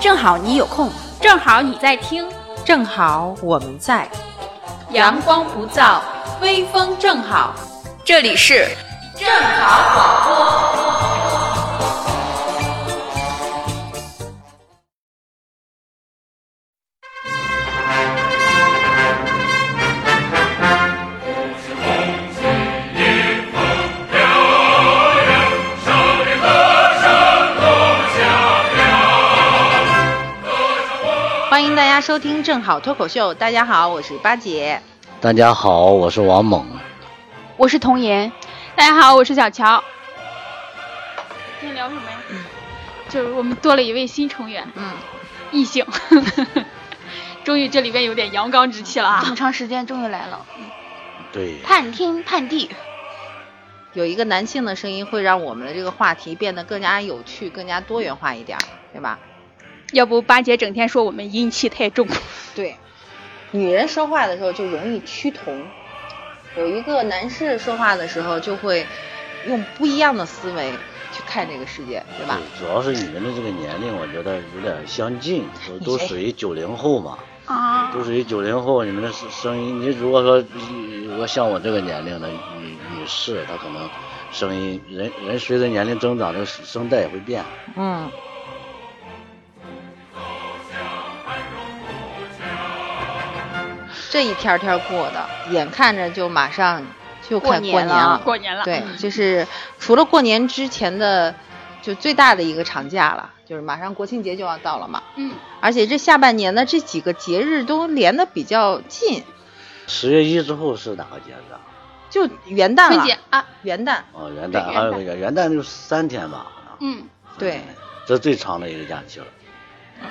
正好你有空，正好你在听，正好我们在，阳光不燥，微风正好，这里是正好广播。欢迎大家收听正好脱口秀。大家好，我是八姐，大家好，我是王猛。我是童言，大家好，我是小乔。今天聊什么呀？就是我们多了一位新成员，嗯，异性。 终于这里边有点阳刚之气了这么啊！长时间终于来了，对，盼天盼地，有一个男性的声音会让我们的这个话题变得更加有趣、更加多元化一点儿，对吧？要不八姐整天说我们阴气太重，对，女人说话的时候就容易趋同，有一个男士说话的时候就会用不一样的思维去看这个世界，对吧？对主要是你们的这个年龄，我觉得有点相近，都都谁属于九零后嘛，啊都属于九零后。你们的声声音，你如果说如果像我这个年龄的女女士，她可能声音人人随着年龄增长，这个声带也会变。嗯。这一天天过的，眼看着就马上就快过过年年了过年了，对，就是除了过年之前的，就最大的一个长假了，就是马上国庆节就要到了嘛。嗯，而且这下半年的这几个节日都连得比较近，十月一之后是哪个节日啊？就元旦了，春节啊，元旦，哦，元对旦，元旦还有个元元旦就三天吧。嗯，对，这最长的一个假期了。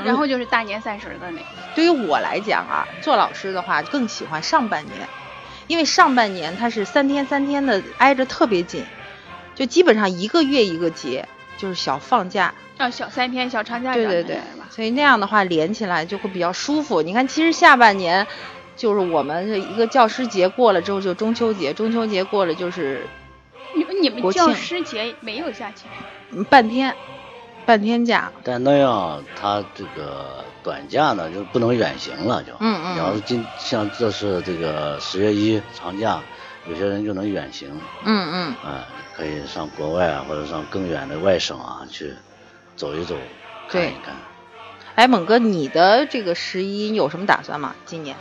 然后就是大年三十的那个，对于我来讲啊，做老师的话更喜欢上半年，因为上半年它是三天三天的挨着特别紧，就基本上一个月一个节，就是小放假。啊，小三天小长假对两对天对是吧，所以那样的话连起来就会比较舒服。你看，其实下半年就是我们这一个教师节过了之后，就中秋节，中秋节过了就是你你们国庆教师节没有假期吗？嗯半天，半天假。但那样他这个短假呢就不能远行了就，嗯嗯你要是今像这是这个十月一长假，有些人就能远行，嗯嗯，啊、可以上国外啊，或者上更远的外省啊去走一走，看对一看。哎，猛哥，你的这个十一有什么打算吗？今年？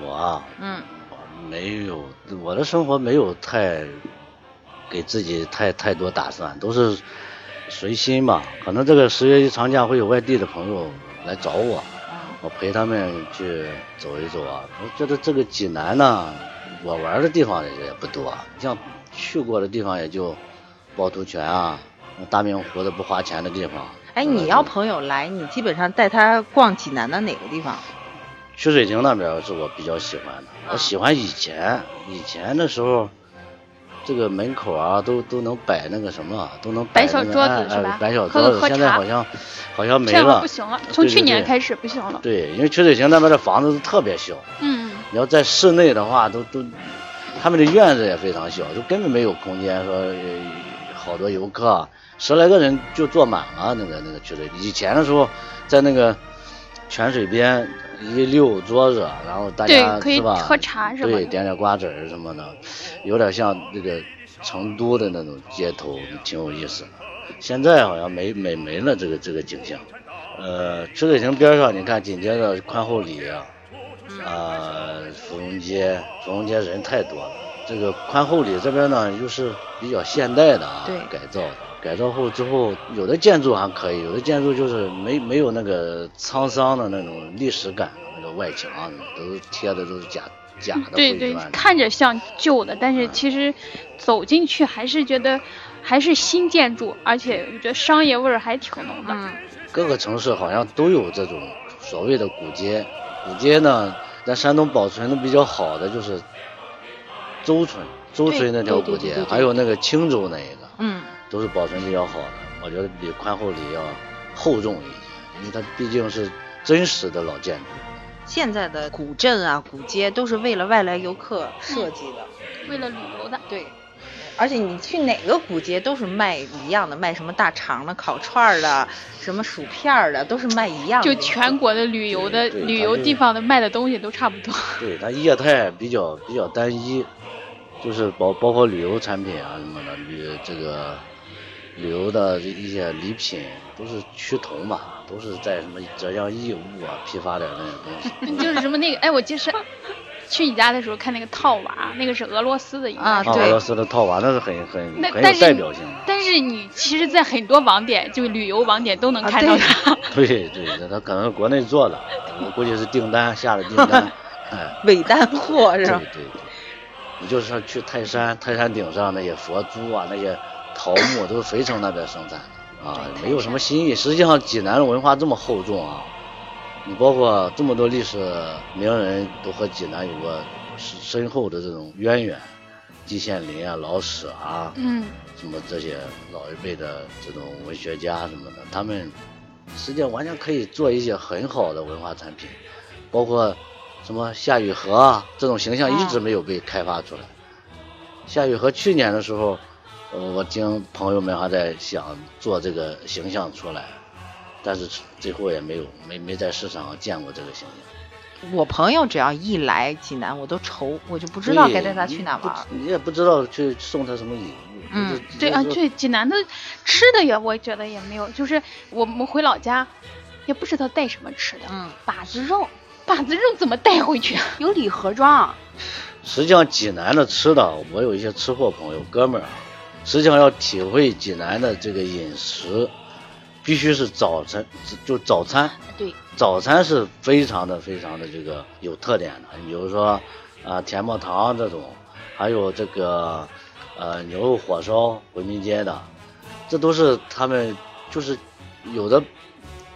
我啊，嗯我没有，我的生活没有太给自己太太多打算，都是随心吧。可能这个十月一长假会有外地的朋友来找我。我陪他们去走一走啊。我觉得这个济南呢，我玩的地方也也不多，啊像去过的地方也就趵突泉啊、大明湖的不花钱的地方。哎，对吧你要朋友来，你基本上带他逛济南的哪个地方？曲水亭那边是我比较喜欢的，我喜欢以前以前的时候。这个门口啊，都都能摆那个什么，啊都能摆摆小那个桌子哎哎是吧摆小喝桌个子，喝现在茶好像好像没这样了，不行了，对从对去年对开始不行了。对，因为曲水亭那边的房子都特别小，嗯，你要在室内的话，都都，他们的院子也非常小，就根本没有空间说、呃、好多游客啊，十来个人就坐满了那个那个区队。以前的时候，在那个泉水边一溜桌子，然后大家对可以是吧喝茶什么的对，点点瓜子儿什么的，有点像那个成都的那种街头，挺有意思的。现在好像没没没了这个这个景象。呃，曲水亭边上，你看紧接着宽厚里啊，嗯呃，芙蓉街，芙蓉街人太多了。这个宽厚里这边呢，又是比较现代的啊，对改造的。改造后之后，有的建筑还可以，有的建筑就是没没有那个沧桑的那种历史感，那个外墙啊都是贴的都是假假的嗯对灰对砖，看着像旧的，但是其实走进去还是觉得还是新建筑，而且我觉得商业味儿还挺浓的。嗯，各个城市好像都有这种所谓的古街。古街呢，在山东保存的比较好的就是周村，周村那条古对对对街对对，还有那个青州那一个，嗯，都是保存比较好的。我觉得比宽厚里要厚重一些，因为它毕竟是真实的老建筑。现在的古镇啊、古街都是为了外来游客设计的。为了旅游的，对，而且你去哪个古街都是卖一样的，卖什么大肠的、烤串儿的、什么薯片儿的，都是卖一样的就东西。全国的旅游的对对旅咱游这地个方的卖的东西都差不多。对，它业态比较比较单一，就是包包括旅游产品啊什么的，旅这个旅游的一些礼品都是趋同嘛，都是在什么浙江义乌啊批发的那些东西。就是什么 那个，哎，我就是去你家的时候看那个套娃，那个是俄罗斯的应该啊是。啊对俄罗斯的套娃那是很很那很但有是代表性的。但是你其实，在很多网点，就旅游网点都能啊看到对它。对对，那他可能是国内做的，我估计是订单下了订 单，哎，伪单货对是对吧？对，你就是说去泰山，泰山顶上那些佛珠啊，那些桃木啊都是肥城那边生产的啊，没有什么新意。实际上，济南的文化这么厚重啊，你包括这么多历史名人都和济南有过深深厚的这种渊源，季羡林啊、老舍啊，嗯，什么这些老一辈的这种文学家什么的，他们实际上完全可以做一些很好的文化产品，包括什么夏雨荷啊这种形象一直没有被开发出来。夏雨荷去年的时候，呃我听朋友们还在想做这个形象出来，但是最后也没有没没在市场上见过这个形象。我朋友只要一来济南，我都愁，我就不知道该带他去哪玩儿。你不你也不知道去送他什么礼物。嗯就是对啊，就是对，济南的吃的也，我觉得也没有，就是我们回老家，也不知道带什么吃的。嗯，把子肉把子肉怎么带回去啊？ 有礼盒装啊，实际上，济南的吃的，我有一些吃货朋友、哥们儿啊，实际上要体会济南的这个饮食，必须是早晨，就早餐，对，早餐是非常的、非常的这个有特点的。你比如说，啊、甜沫糖这种，还有这个，呃，牛肉火烧回民街的，这都是他们就是有的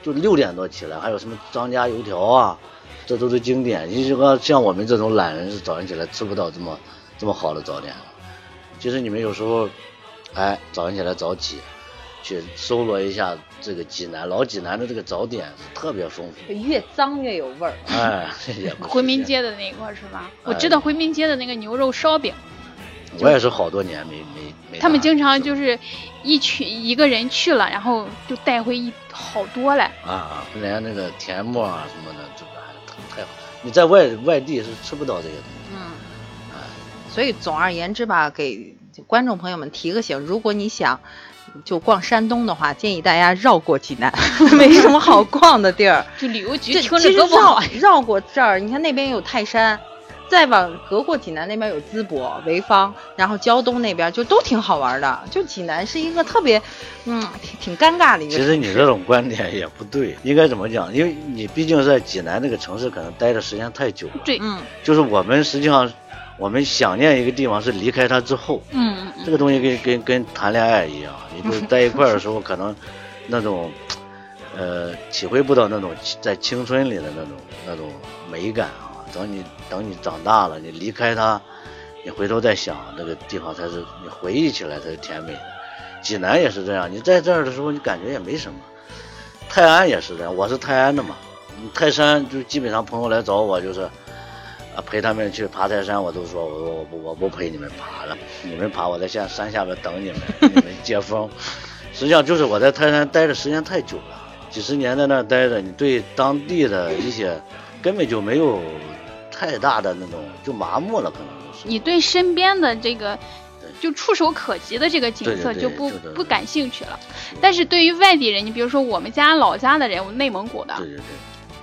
就六点多起来，还有什么张家油条啊，这都是经典。你说像我们这种懒人是早上起来吃不到这么这么好的早点的。其实你们有时候，哎，早上起来早起，去搜罗一下这个济南老济南的这个早点是特别丰富。越脏越有味儿。哎，也不是回民，街的那块儿是呃吧？我哎知道回民街的那个牛肉烧饼，我也是好多年没没没。他们经常就是一群一个人去了，然后就带回一好多来。啊啊，连那个甜沫啊什么的，这个还太好。你在外外地是吃不到这些东西。嗯，所以总而言之吧，给观众朋友们提个醒：如果你想就逛山东的话，建议大家绕过济南，没什么好逛的地儿。就旅游局这听其着实都不好绕。绕过这儿，你看那边有泰山，再往隔过济南那边有淄博、潍坊，然后胶东那边就都挺好玩的。就济南是一个特别，嗯，挺挺尴尬的一个。其实你这种观点也不对，应该怎么讲？因为你毕竟是在济南这个城市，可能待的时间太久了。对，嗯，就是我们实际上，我们想念一个地方是离开它之后，嗯，这个东西跟跟跟谈恋爱一样，你就是在一块儿的时 候，可能那种，呃，体会不到那种在青春里的那种那种美感啊。等你等你长大了，你离开它，你回头再想，那个地方才是你回忆起来才是甜美的。济南也是这样，你在这儿的时候，你感觉也没什么。泰安也是这样，我是泰安的嘛，嗯泰山就基本上朋友来找我就是，啊陪他们去爬泰山，我都说我说我不我不陪你们爬了，你们爬我在下山下边等你们，你们接风。实际上就是我在泰山待的时间太久了，几十年在那儿待着，你对当地的一些根本就没有太大的那种就麻木了，可能就是。你对身边的这个对就触手可及的这个景色对对对就不对对对不感兴趣了。但是对于外地人，你比如说我们家老家的人，我内蒙古的，对对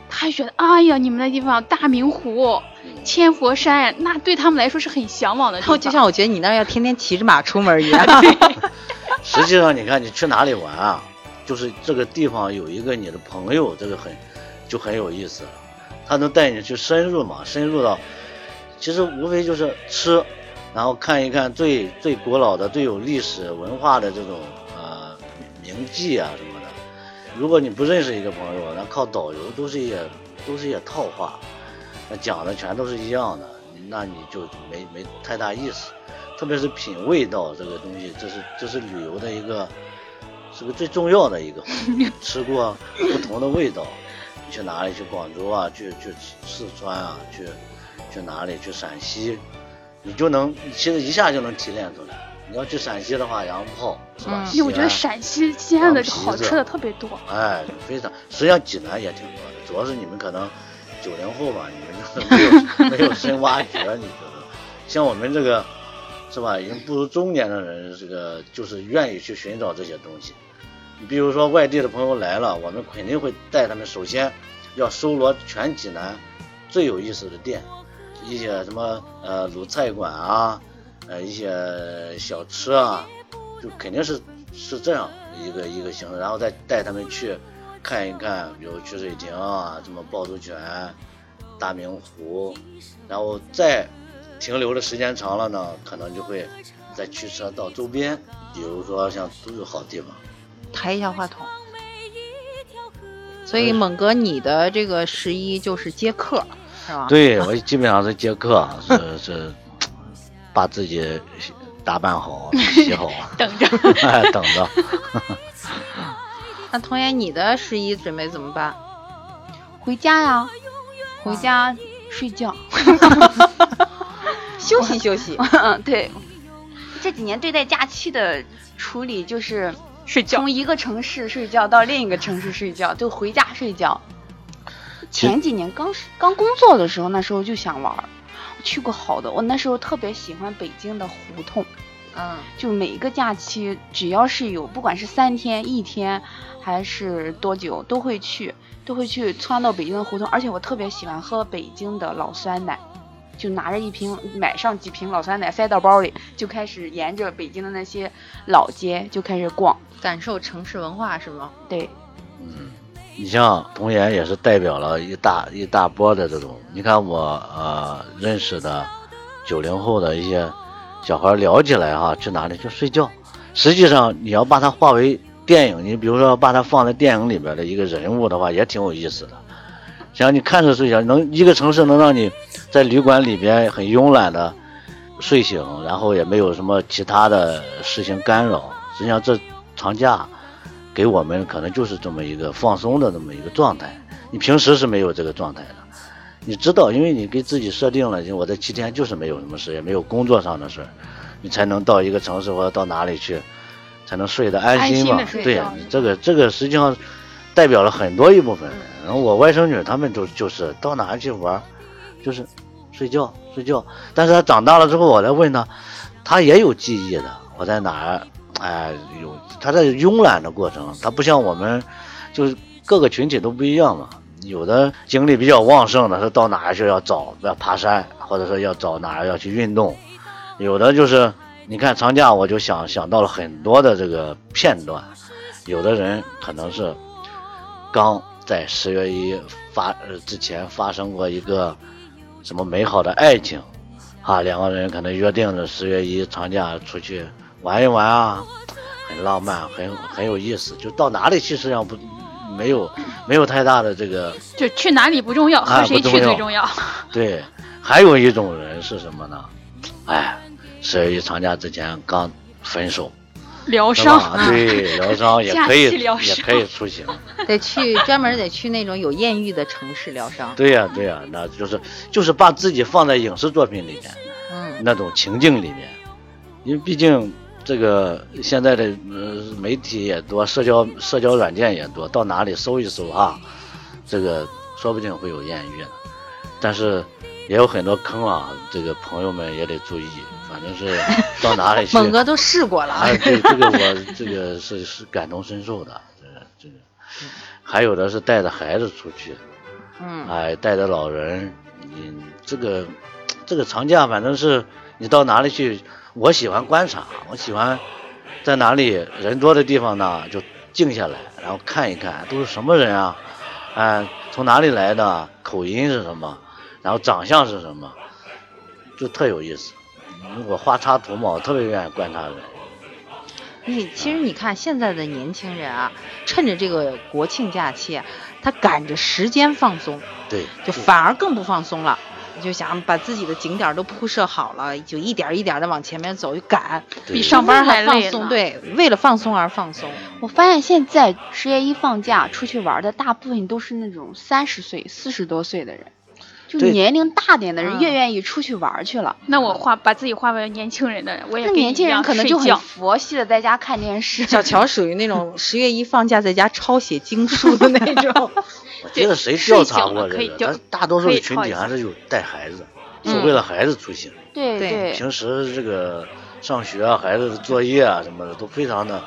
他觉得哎呀，你们那地方大明湖、对，千佛山，那对他们来说是很向往的地然后方。就像我觉得你那儿要天天骑着马出门一样。 嗯，实际上你看你去哪里玩啊，就是这个地方有一个你的朋友，这个很就很有意思了，他能带你去深入嘛，深入到其实无非就是吃，然后看一看最最古老的、最有历史文化的这种呃名迹啊什么的。如果你不认识一个朋友，那靠导游都是一些都是一些套话，那讲的全都是一样的，那你就没没太大意思。特别是品味道这个东西，这是这是旅游的一个是个最重要的一个环节吃过不同的味道，你去哪里？去广州啊，去去四川啊，去去哪里？去陕西，你就能其实一下就能提炼出来。你要去陕西的话，羊泡是吧嗯？因为哎我啊觉得西安陕西西安的羊皮好子吃的特别多。哎，非常，实际上济南也挺多的，主要是你们可能九零后吧，你们可能没有没有深挖掘，你觉得？像我们这个是吧，已经步入中年的人，这个就是愿意去寻找这些东西。你比如说外地的朋友来了，我们肯定会带他们，首先要搜罗全济南最有意思的店，一些什么呃鲁菜馆啊，呃一些小吃啊，就肯定是是这样一个一个形式，然后再带他们去看一看，比如曲水亭啊，什么趵突泉、大明湖，然后再停留的时间长了呢，可能就会再驱车到周边，比如说像都有好地方。抬一下话筒。所哎以猛哥，你的这个十一就是接客，是吧？，对我基本上是接客，啊是是把自己打扮好、啊洗好， 等着， 哎，等着。那童言，你的十一准备怎么办？回家呀，回家睡 觉。休 息休息。嗯，对，这几年对待假期的处理就是睡觉从一个城市睡觉到另一个城市睡觉，就回家睡觉。前几年刚是刚工作的时候，那时候就想玩儿，去过好多。我那时候特别喜欢北京的胡同，嗯，就每一个假期只要是有，不管是三天、一天还是多久，都会去，都会去窜到北京的胡同。而且我特别喜欢喝北京的老酸奶，就拿着一瓶买上几瓶老酸奶塞到包里，就开始沿着北京的那些老街就开始逛。感受城市文化是吗？对，嗯，你像童颜也是代表了一大一大波的这种，你看我呃认识的九零后的一些小孩聊起来哈，去哪里去睡觉？实际上你要把它化为电影，你比如说把它放在电影里边的一个人物的话，也挺有意思的。像你看着睡觉，能一个城市能让你在旅馆里边很慵懒的睡醒，然后也没有什么其他的事情干扰。实际上这长假给我们可能就是这么一个放松的这么一个状态。你平时是没有这个状态的，你知道，因为你给自己设定了，就我这七天就是没有什么事，也没有工作上的事儿，你才能到一个城市或者到哪里去，才能睡得安心嘛安心地。睡对觉，你这个这个实际上代表了很多一部分人。然后我外甥女她们都就是到哪儿去玩儿，就是睡觉睡觉。但是她长大了之后，我再问她，她也有记忆的。我在哪儿？哎，有她在慵懒的过程，她不像我们，就是各个群体都不一样嘛。有的精力比较旺盛的，他到哪儿去要找要爬山，或者说要找哪儿要去运动。有的就是你看长假，我就想想到了很多的这个片段。有的人可能是刚在十月一发呃之前发生过一个什么美好的爱情，啊，两个人可能约定着十月一长假出去玩一玩啊，很浪漫，很很有意思。就到哪里去实际上不没有没有太大的这个就去哪里不重要，啊和谁不去重要最 重要。对，还有一种人是什么呢？哎，十月一长假之前刚分手，疗是伤啊吧？，对，疗伤也假可以，期疗也伤可以出行。 得去专门得去那种有艳遇的城市疗伤。对呀、对呀、那就是就是把自己放在影视作品里面嗯，那种情境里面，因为毕竟这个现在的呃媒体也多，社交社交软件也多，到哪里搜一搜啊，这个说不定会有艳遇呢。但是也有很多坑啊，这个朋友们也得注意，反正是到哪里去， 猛哥都试过了啊啊，，对这个我这个是是感同身受的，这个这个，还有的是带着孩子出去。嗯，哎，带着老人，你这个这个长假，反正是你到哪里去，我喜欢观察，我喜欢在哪里人多的地方呢，就静下来，然后看一看都是什么人啊，哎，从哪里来的，口音是什么，然后长相是什么，就特有意思。嗯我画插图嘛，我特别愿意观察人。你其实你看现在的年轻人啊，趁着这个国庆假期啊，他赶着时间放松，对，就反而更不放松了。就想把自己的景点儿都铺设好了，就一点儿一点的往前面走，就赶，对比上班还为了放累松。呢对，为了放松而放松。我发现现在十月一放假出去玩的大部分都是那种三十岁、四十多岁的人，就对年龄大点的人嗯越愿意出去玩儿去了。那我划把自己划为年轻人的，我也那跟你年轻一人样可能睡就很觉佛系的在家看电视。小乔属于那种十月一放假在家抄写经书的那种， 我记得谁睡调醒查了过可以这个，但就大多数可以的群套一体下还是有带孩子，是嗯为了孩子出行。 对对对，平时这个上学啊、孩子的作业啊什么的都非常的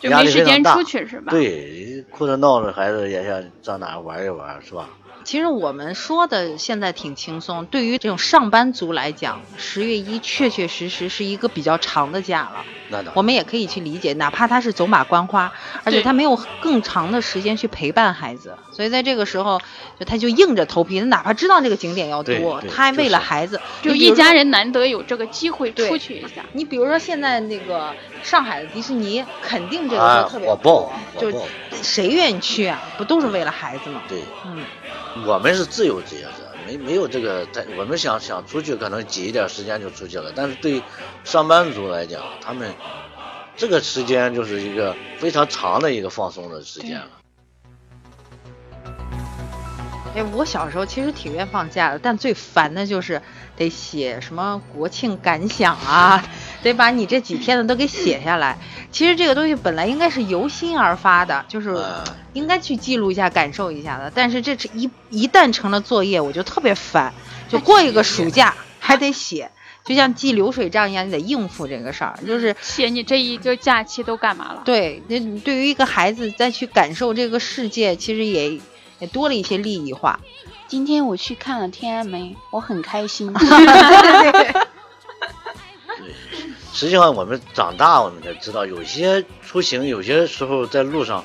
就压没力时非常间大。出去是吧？对，哭着闹着，孩子也想上哪儿玩一玩，是吧？其实我们说的现在挺轻松，对于这种上班族来讲，十月一确确实实是一个比较长的假了。那当我然。们也可以去理解，哪怕他是走马观花，而且对他没有更长的时间去陪伴孩子，所以在这个时候，就他就硬着头皮，哪怕知道这个景点要对多，对他还为就了是孩子，就你比一如说家人难得有这个机会对出去一下，你比如说现在那个上海的迪士尼，肯定这个啊，就特别火爆，火就爆，谁愿意去啊？不都是为了孩子吗？对，嗯，我们是自由职业者，没没有这个太，我们想想出去，可能挤一点时间就出去了。但是对上班族来讲，他们这个时间就是一个非常长的一个放松的时间了。哎，我小时候其实挺愿放假的，但最烦的就是得写什么国庆感想啊，得把你这几天的都给写下来。其实这个东西本来应该是由心而发的，就是嗯应该去记录一下、感受一下的。但是这是一一旦成了作业，我就特别烦，就过一个暑假还得写，就像记流水账一样，你得应付这个事儿，就是。写你这一个假期都干嘛了？对，那你对于一个孩子再去感受这个世界，其实也也多了一些利益化。今天我去看了天安门，我很 开心。对，实际上我们长大，我们才知道，有些出行，有些时候在路上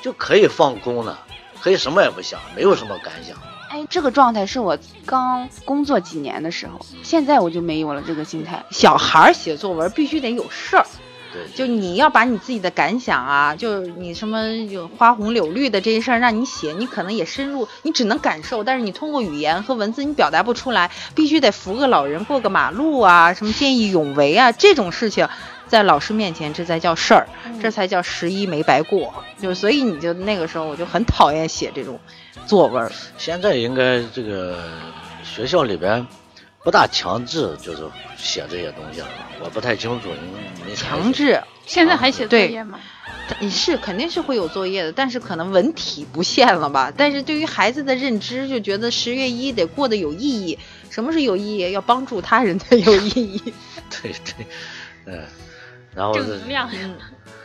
就可以放空了，可以什么也不想，没有什么感想。哎，这个状态是我刚工作几年的时候，现在我就没有了这个心态。小孩儿写作文必须得有事儿，对，就你要把你自己的感想啊，就是你什么有花红柳绿的这些事儿让你写，你可能也深入，你只能感受，但是你通过语言和文字你表达不出来，必须得扶个老人过个马路啊，什么见义勇为啊这种事情，在老师面前这才叫事儿，这才叫十一没白过。就是所以你就那个时候我就很讨厌写这种作文儿，现在应该这个学校里边不大强制，就是写这些东西了吧，我不太清楚，因为没啥强制。现在还写作对业吗？你是肯定是会有作业的，但是可能文体不限了吧？但是对于孩子的认知，就觉得十月一得过得有意义。什么是有意义？要帮助他人才有意义。对对，嗯，然后正是能量。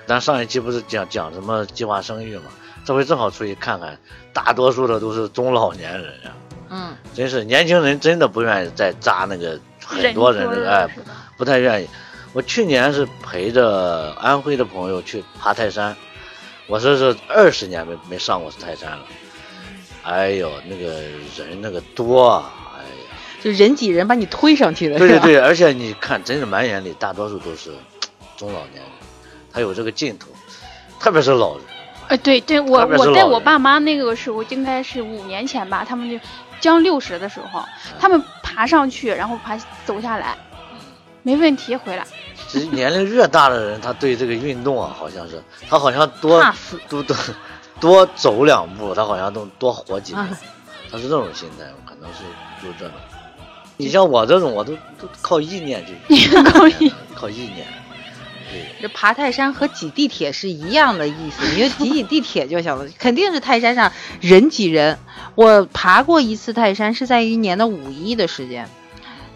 咱上一期不是讲讲什么计划生育嘛，这回正好出去看看，大多数的都是中老年人啊。嗯，真是年轻人真的不愿意再扎那个很多人那人个哎，是吧不太愿意。我去年是陪着安徽的朋友去爬泰山，我说是二十年没没上过泰山了，哎呦那个人那个多啊，哎呀，就人挤人把你推上去的是对吧？ 对对，而且你看，真是满眼里大多数都是中老年人，他有这个劲头，特别是老人，哎，对对，我特别是我带老我人爸妈那个时候应该是五年前吧，他们就将六十的时候，他们爬上去，然后爬走下来，没问题回来。，其实年龄越大的人，他对这个运动啊，好像是他好像多怕死多多多走两步，他好像能多活几年，啊他是这种心态，可能是就这种。你像我这种，我都都靠意念去靠意靠意念，对， 这爬泰山和挤地铁是一样的意思，你就挤挤地铁就行了，肯定是泰山上人挤人。我爬过一次泰山，是在一年的五一的时间，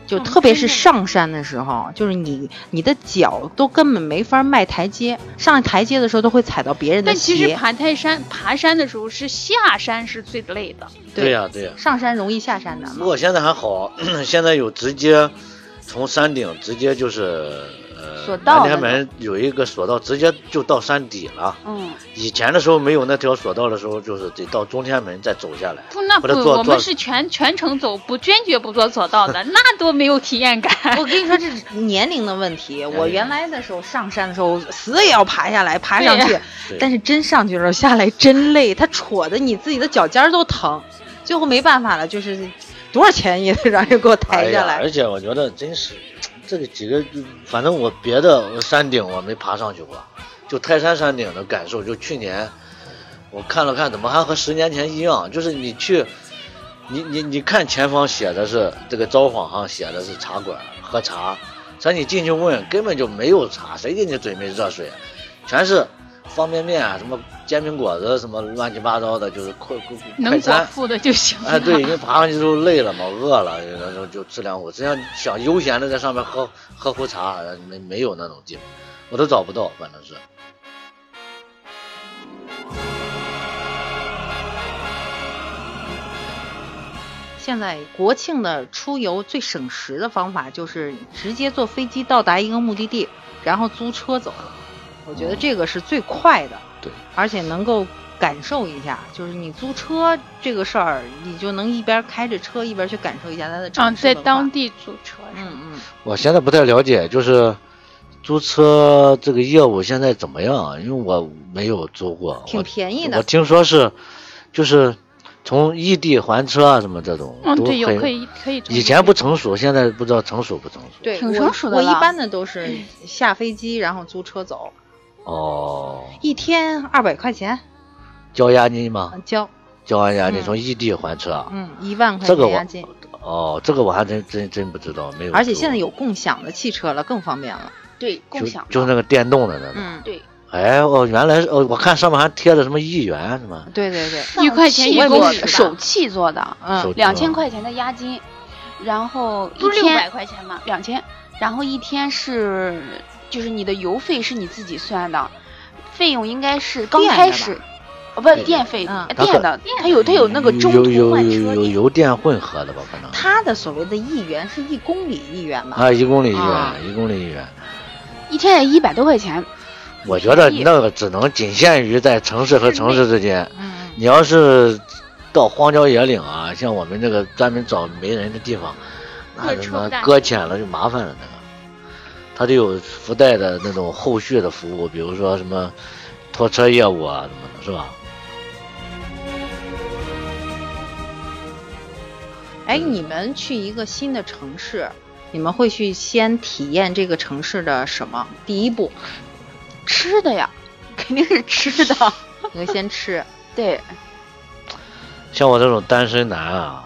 就哦特别是真的上山的时候，就是你你的脚都根本没法迈台阶，上台阶的时候都会踩到别人的但其实鞋。爬泰山爬山的时候是下山是最累的，对对呀、对呀、上山容易下山难不吗？过现在还好， 现在有直接从山顶直接就是呃，索道南天那门有一个索道，直接就到山底了。嗯，以前的时候没有那条索道的时候，就是得到中天门再走下来。不那不不是坐我坐们是全全程走，不坚决不做索道 的，那多没有体验感。我跟你说，这是年龄的问题。我原来的时候上山的时候，死也要爬下来，爬上对去呀。对 但是真上去的时候下来真累，他戳的你自己的脚尖儿都疼，最后没办法了，就是多少钱也得让人给我哎抬呀下，来。而且我觉得真是这个几个，反正我别的山顶我没爬上去过，就泰山山顶的感受，就去年我看了看，怎么还和十年前一样？就是你去你你你看前方写的是这个招幌上写的是茶馆喝茶，咱你进去问根本就没有茶，谁给你准备热水？全是方便面啊，什么煎饼果子，什么乱七八糟的，就是快快快能果餐。腹的就行了。哎，对，因为爬上去之后累了嘛，饿了，然后就吃两口。只要想悠闲的在上面喝喝壶茶，呃没没有那种地方，我都找不到，反正是。现在国庆的出游最省时的方法就是直接坐飞机到达一个目的地，然后租车走。我觉得这个是最快的，对，而且能够感受一下，就是你租车这个事儿，你就能一边开着车一边去感受一下它的啊，城市在文化当，地租车是吧，嗯嗯，我现在不太了解，就是租车这个业务现在怎么样？啊因为我没有租过，挺便宜我。我的。听说是，就是从异地还车啊什么这种，嗯，都对，有可很以可以。以前不，成熟，现在不知道成熟不成熟。对，挺我成熟的我了一般的都是下飞机然后租车走，哦，一天二百块钱呃交押金吗？交，交完押金嗯从异地还车啊？嗯，一万块这个钱我押金。哦，这个我还真真真不知道，没有租过。而且现在有共享的汽车了，更方便了。对，就共享就是那个电动的那种。嗯，对，哎，哦，原来是哦，我看上面还贴着什么一元啊什么。对对对，一块钱一气公做里的吧手气做的，手嗯机啊两千吗块钱的押金，然后一不是六百天块钱吗？两千，然后一天是就是你的油费是你自己算的，费用应该是刚电的开吧始，呃不对电费嗯它电的，它有它有那个中有途有换有车有的，油电混合的吧，反正它的所谓的一元是一公里一元吧？啊，一公里一啊元，一公里一元。一天也一百多块钱，我觉得便宜那个只能仅限于在城市和城市之间。嗯，你要是到荒郊野岭啊，像我们这个专门找没人的地方，那那他车不妈带搁浅了就麻烦了。那个，他得有附带的那种后续的服务，比如说什么拖车业务啊什么的，是吧？哎，你们去一个新的城市，你们会去先体验这个城市的什么？第一步，吃的呀，肯定是吃的，你会先吃。对，像我这种单身男啊，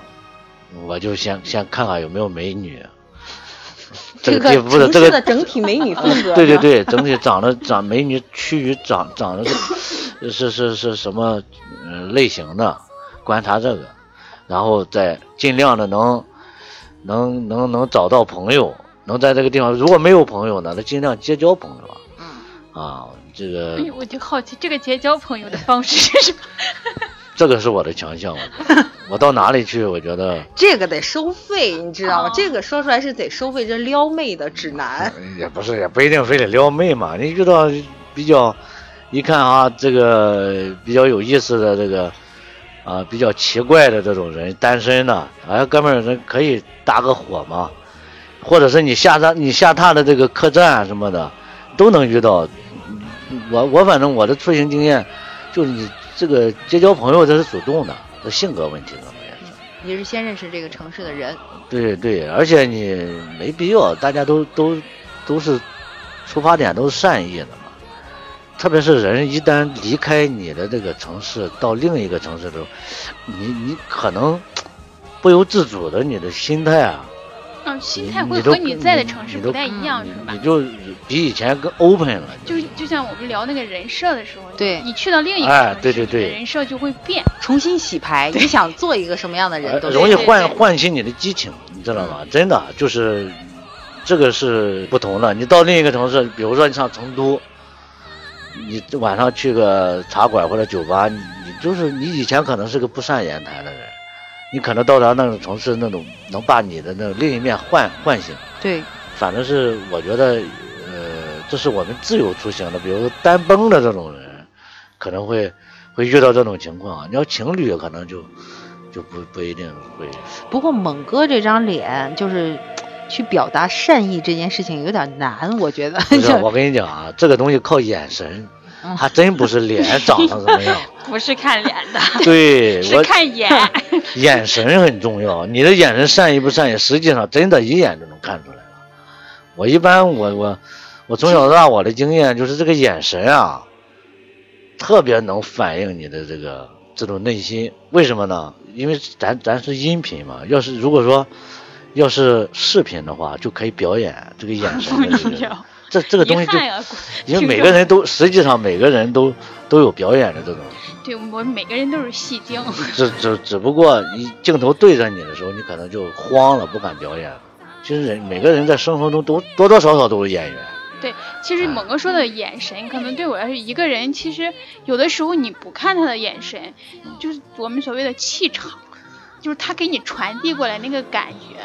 我就先先看看有没有美女。这个地不是城这个嗯市的整体美女风格，对对，对，整体长得长美女趋于长长得是是是是什么呃类型的，观察这个，然后再尽量的能能能能找到朋友，能在这个地方如果没有朋友呢，那尽量结交朋友啊嗯，啊，这个哎呦，我就好奇这个结交朋友的方式是什么？这个是我的强项，我觉得我到哪里去，我觉得这个得收费，你知道啊吗？哦这个说出来是得收费，这撩妹的指南。也不是，也不一定非得撩妹嘛。你遇到比较，一看啊，这个比较有意思的这个，啊，比较奇怪的这种人，单身的，哎，哥们儿，咱可以搭个伙嘛，或者是你下榻你下榻的这个客栈啊什么的，都能遇到。我我反正我的出行经验，就是你这个结交朋友这是主动的，这性格问题可能也是。你是先认识这个城市的人，对对，而且你没必要，大家都都都是出发点都是善意的嘛。特别是人一旦离开你的这个城市到另一个城市的时候，你你可能不由自主的你的心态啊，嗯，心态你会你都和你在的城市你不都太一样，你是吧你？就比以前更 open 了，就就像我们聊那个人设的时候，对你去到另一个哎对城市对你的对人设就会变。重新洗牌。你想做一个什么样的人，呃都容易对对唤对唤起你的激情，你知道吗？真的就是这个是不同的。你到另一个城市，比如说你上成都，你晚上去个茶馆或者酒吧，你你就是你以前可能是个不善言谈的人，你可能到达那种城市，那种能把你的那种另一面唤唤醒。对，反正是我觉得，呃，这是我们自由出行的，比如说单崩的这种人，可能会会遇到这种情况。你要情侣，可能就就不不一定会。不过猛哥这张脸就是去表达善意这件事情有点难，我觉得。不是，就我跟你讲啊，这个东西靠眼神，还真不是脸长得怎么样。不是看脸的，对是我看眼。眼神很重要，你的眼神善意不善意，实际上真的一眼就能看出来了。我一般我我我从小到大我的经验就是这个眼神啊，特别能反映你的这个这种内心。为什么呢？因为咱咱是音频嘛，要是如果说要是视频的话，就可以表演这个眼神不的这能个聊。这 这个东西遗就憾 呀，因为每个人都实际上每个人都都有表演的这种，对我们每个人都是戏 精，只只只不过你镜头对着你的时候，你可能就慌了，不敢表演了。其实人每个人在生活中都多多少少都是演员，其实猛哥说的眼神，可能对我要是一个人，其实有的时候你不看他的眼神，就是我们所谓的气场，就是他给你传递过来那个感觉，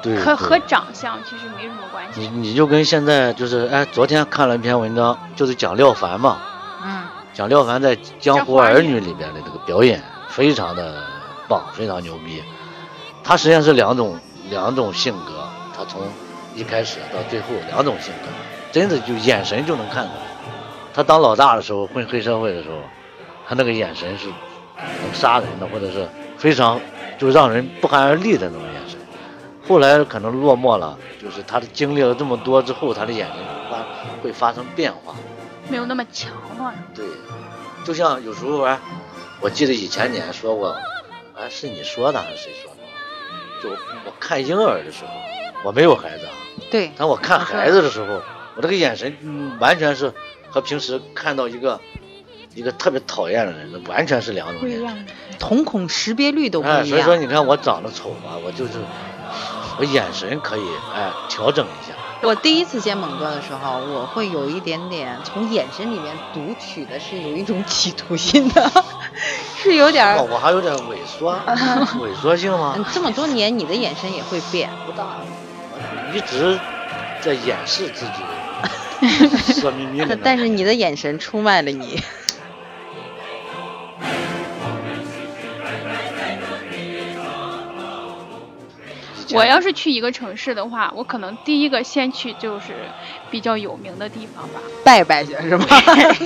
对，对和和长相其实没什么关你系。你就跟现在就是哎，昨天看了一篇文章，就是讲廖凡嘛，嗯，讲廖凡在《江湖江湖儿儿女女》里边的这个表演非常的棒，非常牛逼。他实际上是两种两种性格，他从一开始到最后两种性格，真的就眼神就能看出来。他当老大的时候，混黑社会的时候，他那个眼神是能杀人的，或者是非常就让人不寒而栗的那种眼神。后来可能落寞了，就是他的经历了这么多之后，他的眼神发会发生变化。没有那么强了。对，就像有时候哎，我记得以前你还说过，哎，是你说的还是谁说的？就我看婴儿的时候，我没有孩子啊， 对，但我看孩子的时候，我这个眼神、嗯完全是和平时看到一个一个特别讨厌的人，完全是两种眼神。瞳孔识别率都不哎，一所以说样。你看我长得丑吧，我就是我眼神可以哎调整一下。我第一次见猛哥的时候，我会有一点点从眼神里面读取的是有一种企图心的， 是有点哦儿。我还有点萎啊缩，萎缩性 吗？嗯这么多年，你的眼神也会变。不大，我一直在掩饰自己， 色眯眯的。但是你的眼神出卖了你。 以前我要是去一个城市的话，我可能第一个先去就是比较有名的地方吧。拜拜去 是吗？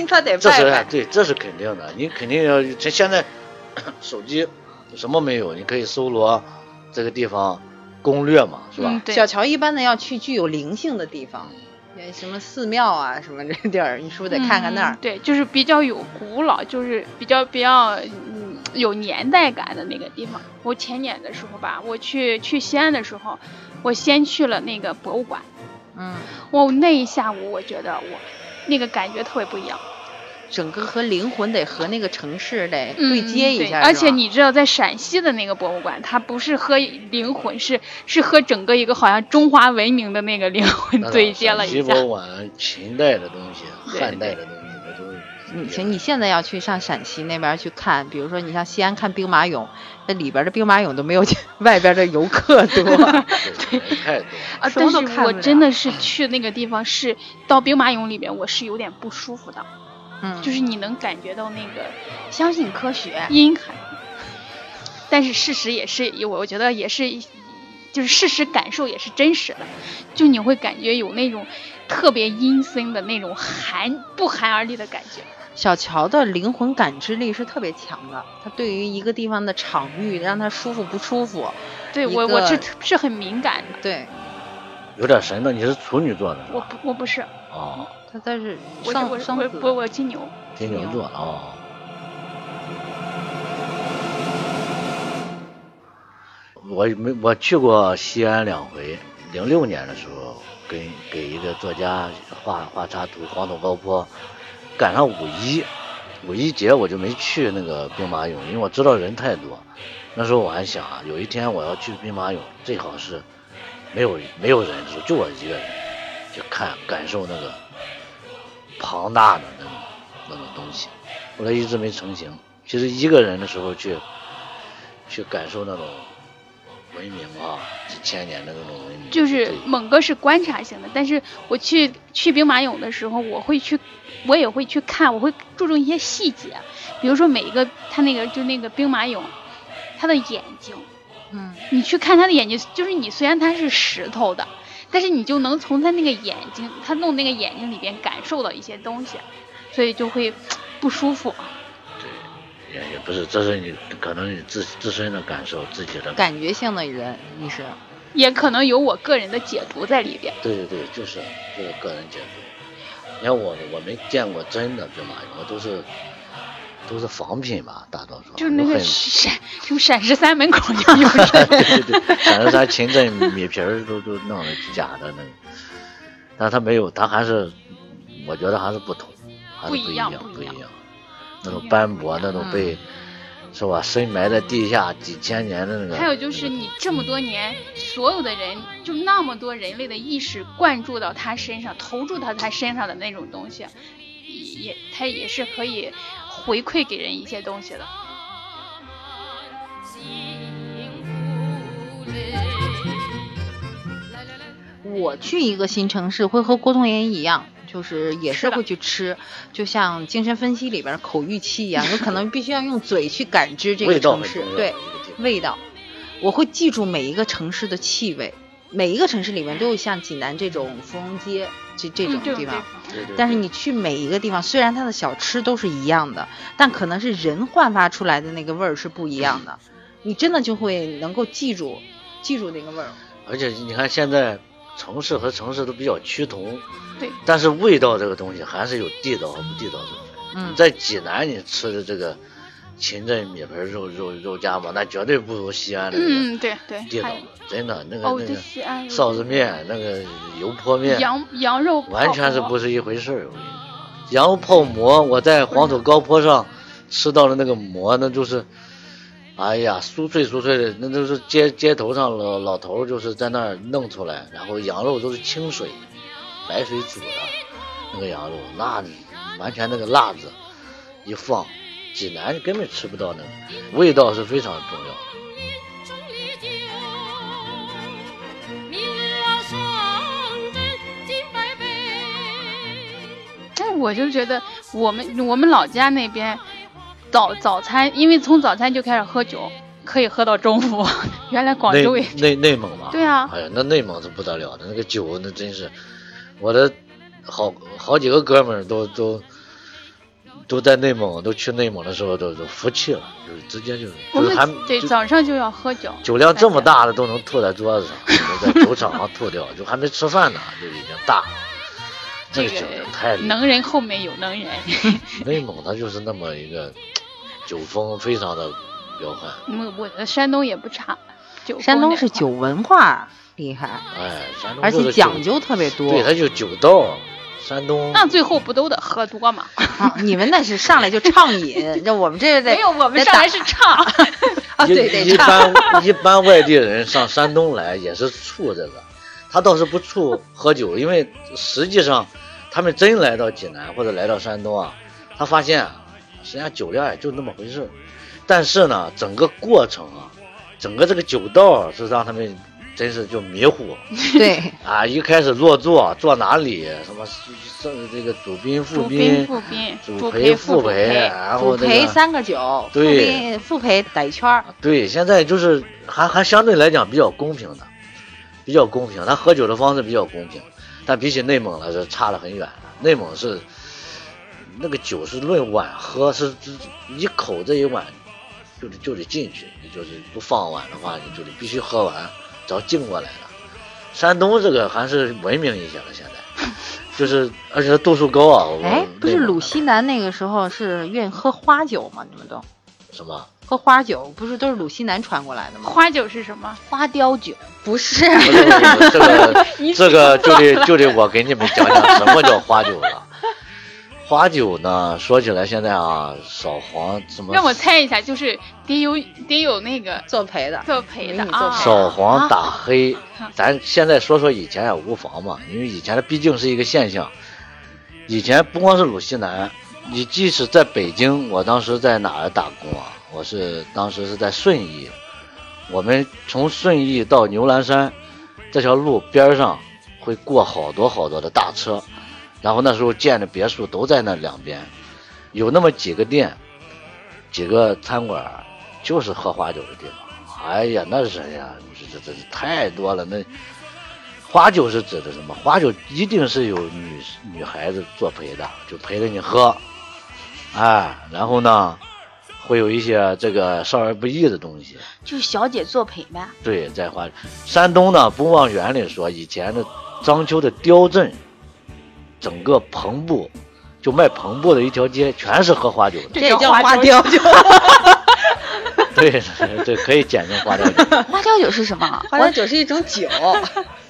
他得这拜是拜。对，这是肯定的，你肯定要。这现在 手机什么没有，你可以搜罗这个地方攻略嘛，是吧？嗯，对，小乔一般的要去具有灵性的地方，也什么寺庙啊什么这地儿，你是不是得看看那嗯儿？对，就是比较有古老，就是比较比较嗯有年代感的那个地方。我前年的时候吧，我去去西安的时候，我先去了那个博物馆。嗯，哇，那一下午我觉得我那个感觉特别不一样，整个和灵魂得和那个城市得嗯对接一下。而且是吧你知道，在陕西的那个博物馆，它不是和灵魂，是是和整个一个好像中华文明的那个灵魂那对接了陕西一下博。物馆秦代的东西、啊对汉代的东西，那都是你嗯行，你现在要去上陕西那边去看，比如说你像西安看兵马俑，那里边的兵马俑都没有 外边的游客 多。对人太多了。啊，什但么是都看我不真了的是去那个地方是到兵马俑里面，我是有点不舒服的，嗯，就是你能感觉到那个相信科学阴寒，但是事实也是，我我觉得也是，就是事实感受也是真实的，就你会感觉有那种特别阴森的那种寒不寒而栗的感觉。小乔的灵魂感知力是特别强的，他对于一个地方的场域，让他舒服不舒服，对一我我是个是很敏感的，对，有点神的，你是处女座的是我吧？不我不是，哦，他他是我是上我是上我子我我金牛，金牛座哦。我没我去过西安两回，零六年的时候跟给一个作家画画插图黄土高坡，赶上五一，五一节我就没去那个兵马俑，因为我知道人太多。那时候我还想啊，有一天我要去兵马俑，最好是没有没有人的时候，就我一个人去看感受那个庞大的那种那种东西。后来一直没成型。其实一个人的时候去去感受那种文明啊，几千年的那种文明，就是对猛哥是观察型的，但是我去去兵马俑的时候，我会去，我也会去看，我会注重一些细节，比如说每一个他那个就那个兵马俑，他的眼睛，嗯，你去看他的眼睛，就是你虽然他是石头的，但是你就能从他那个眼睛，他弄那个眼睛里边感受到一些东西，所以就会不舒服。对，也也不是，这是你可能你自自身的感受，自己的感觉性的人，你是也可能有我个人的解读在里边， 对对对，就是就是个人解读。你看我我没见过真的兵马俑，我都是都是仿品吧，大多数就是那个很陕什么陕十三门口就有人对对对，反正他秦镇米皮儿都都弄的假的那个，但他没有，他还是我觉得还是不同，还是不一一样不不一样样，那种斑驳，那种被、嗯是吧深埋在地下几千年的那个。还有就是那个你这么多年，所有的人就那么多人类的意识灌注到他身上，投注到他身上的那种东西，也他也是可以回馈给人一些东西的。我去一个新城市，会和郭冬岩一样，就是也吃是的会去吃，就像精神分析里边口欲期一样，有可能必须要用嘴去感知这个味道城很市重要，对味道。我会记住每一个城市的气味，每一个城市里面都有像济南这种芙蓉街这这种嗯这种地，地方方对对对但是你去每一个地方，虽然它的小吃都是一样的，但可能是人焕发出来的那个味儿是不一样的，你真的就会能够记住记住那个味儿。而且你看现在城市和城市都比较趋同，嗯对，但是味道这个东西还是有地道和不地道之分。嗯，在济南你吃的这个秦镇米皮儿肉肉肉夹馍，那绝对不如西安的这个嗯，对对，地道还，真的那个哦，那对个西安有臊子面、那个油泼面，羊羊肉泡完全是馍不是一回事儿。我跟你说羊肉泡馍，我在黄土高坡上吃到的那个馍，那就是，哎呀，酥脆酥脆的，那都是街街头上老老头儿就是在那儿弄出来，然后羊肉都是清水，白水煮的，那个羊肉那完全那个辣子一放，济南根本吃不到那个，味道是非常重要的。中历久，民啊上阵敬拜碑。但我就觉得我们我们老家那边早早餐，因为从早餐就开始喝酒，可以喝到中午。 原来广内州也内内蒙嘛，对啊哎呀，那内蒙是不得了的，那个酒那真是，我的好好几个哥们儿都都都在内蒙，都去内蒙的时候都都服气了，就是直接就我就是们还对就早上就要喝酒，酒量这么大的都能吐在桌子上，就在球场上吐掉，就还没吃饭呢就已经大了，这这个酒量太厉害个了能人后面有能人。内蒙它就是那么一个酒风非常的彪悍，我嗯我的山东也不差，酒山风东是这块酒文化厉害，哎，山东而就是且酒讲究特别多。对，它就酒道，山东儿，那最后不都得喝多吗？啊你们那是上来就畅 饮，这我们这得没有，我们上来是唱， 啊，一对对一畅。般一般外地人上山东来也是醋这个，他倒是不醋喝酒，因为实际上他们真来到济南或者来到山东啊，他发现啊人家酒量也就那么回事儿，但是呢，整个过程啊，整个这个酒道啊是让他们真是就迷糊，对，啊，一开始落座啊坐哪里，什么这这个主宾副主宾宾，副宾，主陪副副陪，陪，然主后这陪个。三个酒，副对宾副陪打一圈儿，对，现在就是还还相对来讲比较公平的，比较公平。他喝酒的方式比较公平，但比起内蒙来说差得很远。啊内蒙是那个酒是论碗喝，是是一口这一碗就得就得进去，你就是不放碗的话，你就得必须喝完，只要敬过来了。山东这个还是文明一些了，现 在就是而且它度数高啊。我哎，不是内蒙鲁的西南那个时候是愿意喝花酒吗？你们都什么？喝花酒，不是都是鲁西南传过来的吗？花酒是什么？花雕酒，不是， 不是这个这个就得就得我给你们讲讲什么叫花酒了。花酒呢，说起来现在啊，少黄什么让我猜一下，就是得有得有那个做陪的，做陪美的女做啊，陪少黄打黑啊。咱现在说说以前也啊无妨嘛，因为以前它毕竟是一个现象。以前不光是鲁西南，你即使在北京，我当时在哪儿打工啊？我是当时是在顺义，我们从顺义到牛栏山这条路边儿上会过好多好多的大车，然后那时候建的别墅都在那两边，有那么几个店，几个餐馆儿就是喝花酒的地方。哎呀，那是哎呀，这这这太多了。那花酒是指的什么？花酒一定是有女女孩子作陪的，就陪着你喝，哎，然后呢，会有一些这个少儿不宜的东西。就是小姐作陪 呗。对，在花山东呢，不往远里说，以前的章丘的雕镇，整个棚布就卖篷布的一条街全是喝花酒的，这也叫花雕酒。对 对，可以简称花雕酒。花椒酒是什么？花雕酒是一种酒，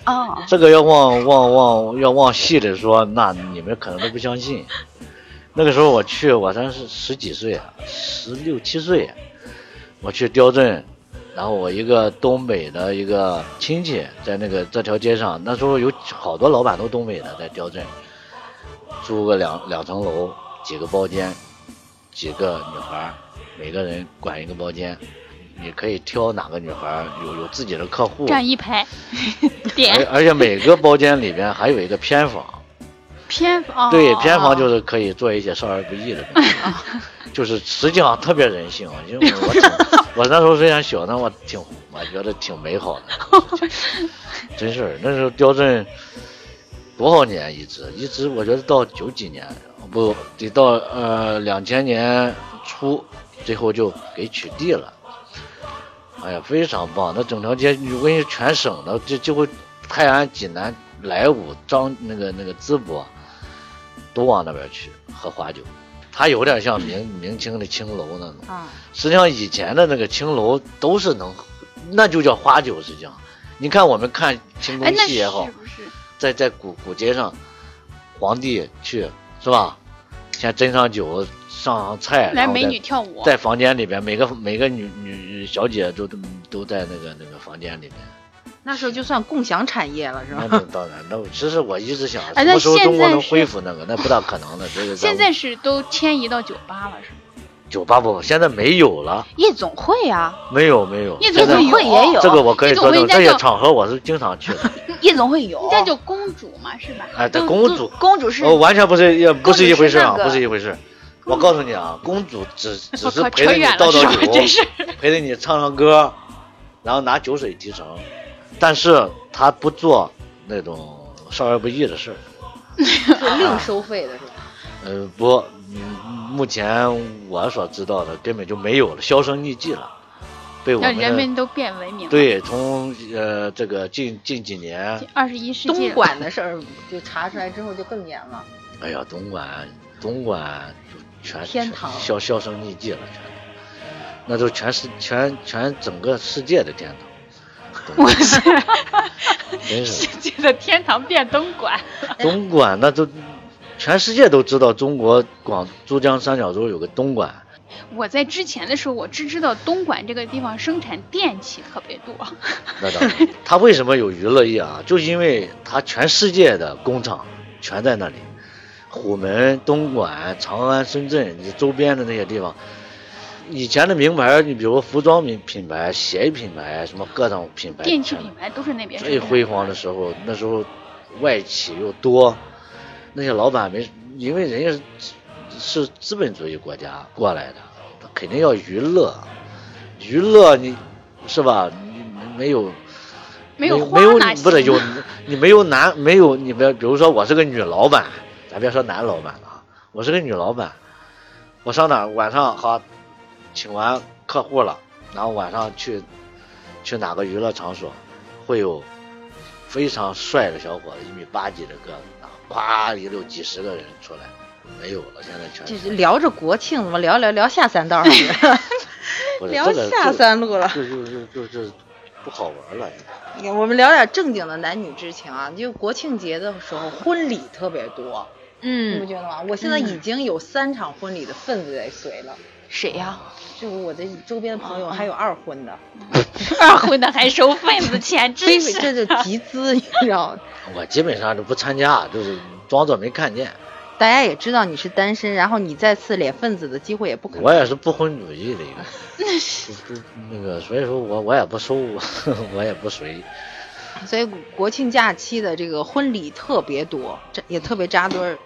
啊，这个要往往往要往细里说，那你们可能都不相信。那个时候我去，我才是十几岁，啊十六七岁，啊我去雕镇，然后我一个东北的一个亲戚在那个这条街上，那时候有好多老板都东北的在雕镇，租个两两层楼，几个包间，几个女孩儿，每个人管一个包间，你可以挑哪个女孩儿，有有自己的客户，站一排，而点而且每个包间里边还有一个偏房， 偏哦，对，偏房就是可以做一些少儿不宜的东 西，就是实际上特别人性，啊因为 我我挺我那时候虽然小，但我挺我觉得挺美好 的，真事儿。那时候雕镇多少年一直一直，我觉得到九几年不得到呃两千年初，最后就给取缔了。哎呀，非常棒！那整条街，我跟你说全省的，就就会泰安、济南、莱芜、张那个那个淄博，都往那边去喝花酒。它有点像明嗯明清的青楼那种，啊，实际上以前的那个青楼都是能喝，那就叫花酒。实际上，你看我们看清哎，宫那戏也好是，不是？在在古古街上，皇帝去是吧？先斟上酒，上上菜，来然后美再女跳舞，在房间里边，每个每个女女小姐都都都在那个那个房间里面。 那时候就算共享产业了，是吧？那当然，那其实我一直想，什哎那么时候现中国在能是恢复那个？那不大可能的。这个咱现们在是都迁移到酒吧了，是吗？酒吧不，现在没有了，夜总会啊，没有没有。夜夜总现在总会也有，这个我可以夜总说会证，应该这些叫场合我是经常去 的。夜总会有，应该叫公主嘛，是吧？哎，对，都公主都公主是哦，完全不是，也不公主是一回是事啊，那个不是一回事。我告诉你啊，公主只 只我是靠，陪扯着你远倒了，倒是吧？酒，真是，陪着你唱唱歌，然后拿酒水提成，但是她不做那种少儿不宜的事儿。 是另收费的是吧？呃，不，嗯目前我所知道的根本就没有了，销声匿迹了，被我让们人们都变文明了。对从呃这个近近几年，二十一世纪东了 莞的事儿就查出来之后就更严了。哎呀，东莞，东莞就全天全堂销销声匿迹了，全都，那都全是全全整个世界的天堂。东我莞是真世是界的天堂变东莞，东莞，那都全世界都知道，中国广珠江三角洲有个东莞，我在之前的时候，我只知道东莞这个地方生产电器特别多，那当然，它为什么有娱乐业啊？就是因为它全世界的工厂全在那里，虎门、东莞、长安、深圳你周边的那些地方。以前的名牌，你比如服装品品牌、鞋品牌，什么各种品牌，电器品牌都是那边生最产辉煌的时候，那时候外企又多，那些老板没，因为人家是是资本主义国家过来的，他肯定要娱乐，娱乐你是吧？你你没有没有有花没有哪不是行有啊 你没有男没有你别比如说我是个女老板，咱别说男老板了啊，我是个女老板，我上哪儿晚上好，请完客户了，然后晚上去去哪个娱乐场所，会有非常帅的小伙子，一米八几的个子，然后咵一溜几十个人出来，没有了，现在全就是是聊着国庆，怎么聊聊聊下三道了？不是聊这个下三路了。就就就就就不好玩了。现在我们聊点正经的男女之情啊，就国庆节的时候婚礼特别多，你不嗯，觉得吗？我现在嗯已经有三场婚礼的份子在随了，谁呀？就是我的周边的朋友还有二婚的，二婚的还收份子钱，非真是这就集资，你知道吗？我基本上都不参加，就是装作没看见。大家也知道你是单身，然后你再次脸份子的机会也不可我能。也是不婚主义的一 个人，不不那个，所以说我我也不收， 我也不随。所以国庆假期的这个婚礼特别多，这也特别扎堆儿。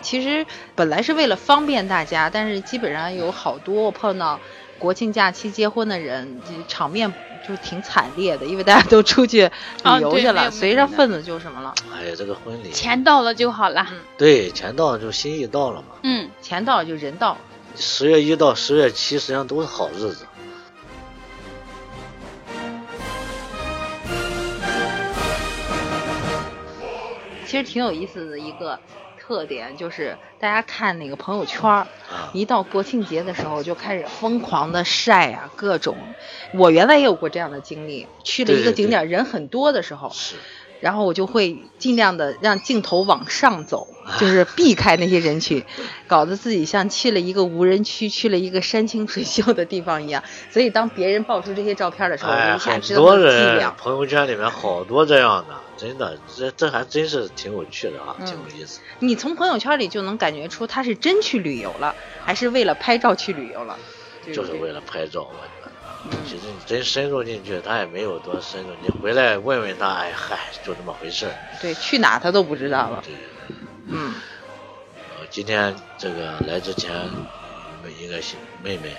其实本来是为了方便大家，但是基本上有好多我碰到国庆假期结婚的人，这场面就是挺惨烈的，因为大家都出去旅游 去啊对没有没了，有随着份子就什么了，哎呀，这个婚礼钱到了就好了。对钱到了就心意到了嘛。嗯，钱到就人到。十月一到十月七实际上都是好日子。其实挺有意思的一个特点就是大家看那个朋友圈儿，啊，一到国庆节的时候就开始疯狂的晒啊，各种。我原来也有过这样的经历，去了一个对对景点儿人很多的时候，是然后我就会尽量的让镜头往上走，就是避开那些 人群，搞得自己像去了一个无人区，去了一个山清水秀的地方一样。所以当别人爆出这些照片的时候，我哎，一下好知道多他的伎人俩。朋友圈里面好多这样的，真的，这这还真是挺有趣的啊，嗯挺有意思。你从朋友圈里就能感觉出他是真去旅游了，还是为了拍照去旅游了。就是为了拍照，我觉嗯得。其实你真深入进去，他也没有多深入。你回来问问他，哎嗨，就那么回事儿。对去哪他都不知道了。对，嗯我呃今天这个来之前，呃我们一个小妹妹，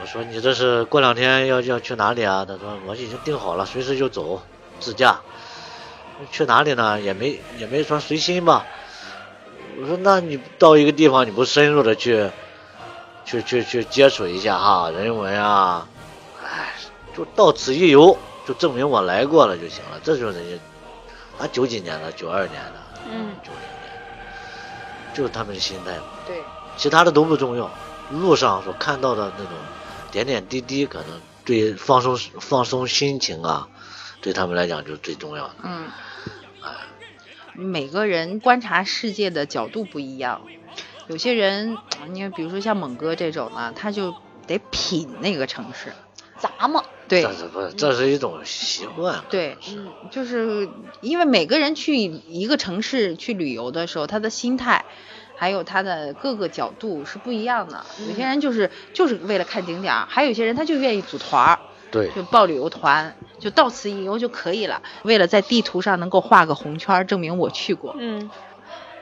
我说你这是过两天要要去哪里啊？她说我已经定好了，随时就走，自驾。去哪里呢？也没也没说随心吧。我说那你到一个地方，你不深入的去，去去去接触一下哈，人文啊，哎，就到此一游，就证明我来过了就行了。这就是人家，他啊九几年的，九二年的，嗯九零年，就是他们的心态嘛。对，其他的都不重要。路上所看到的那种点点滴滴，可能对放松放松心情啊，对他们来讲就是最重要的。嗯，每个人观察世界的角度不一样，有些人，你看，比如说像猛哥这种呢，他就得品那个城市，杂嘛，对这是不是这是一种习惯？对，嗯，就是因为每个人去一个城市去旅游的时候，他的心态。还有他的各个角度是不一样的，有些人就是就是为了看景点儿，还有一些人他就愿意组团儿，对就报旅游团，就到此一游就可以了。为了在地图上能够画个红圈儿，证明我去过。嗯，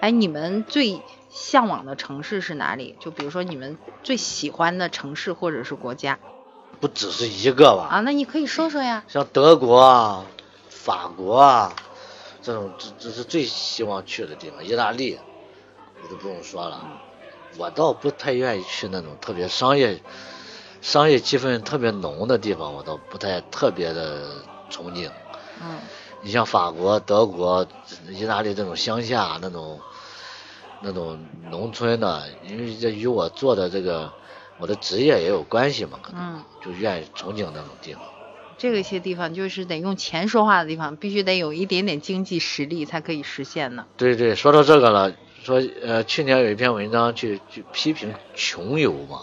哎，你们最向往的城市是哪里？就比如说你们最喜欢的城市或者是国家不只是一个吧？啊，那你可以说说呀。像德国啊、法国啊这种，这这是最希望去的地方。意大利，我都不用说了。我倒不太愿意去那种特别商业、商业气氛特别浓的地方，我倒不太特别的憧憬。嗯，你像法国、德国、意大利这种乡下啊那种那种农村的，因为这与我做的这个我的职业也有关系嘛，可能嗯就愿意憧憬那种地方。这个些地方就是得用钱说话的地方，必须得有一点点经济实力才可以实现呢。对对，说到这个了，说呃，去年有一篇文章去去批评穷游嘛，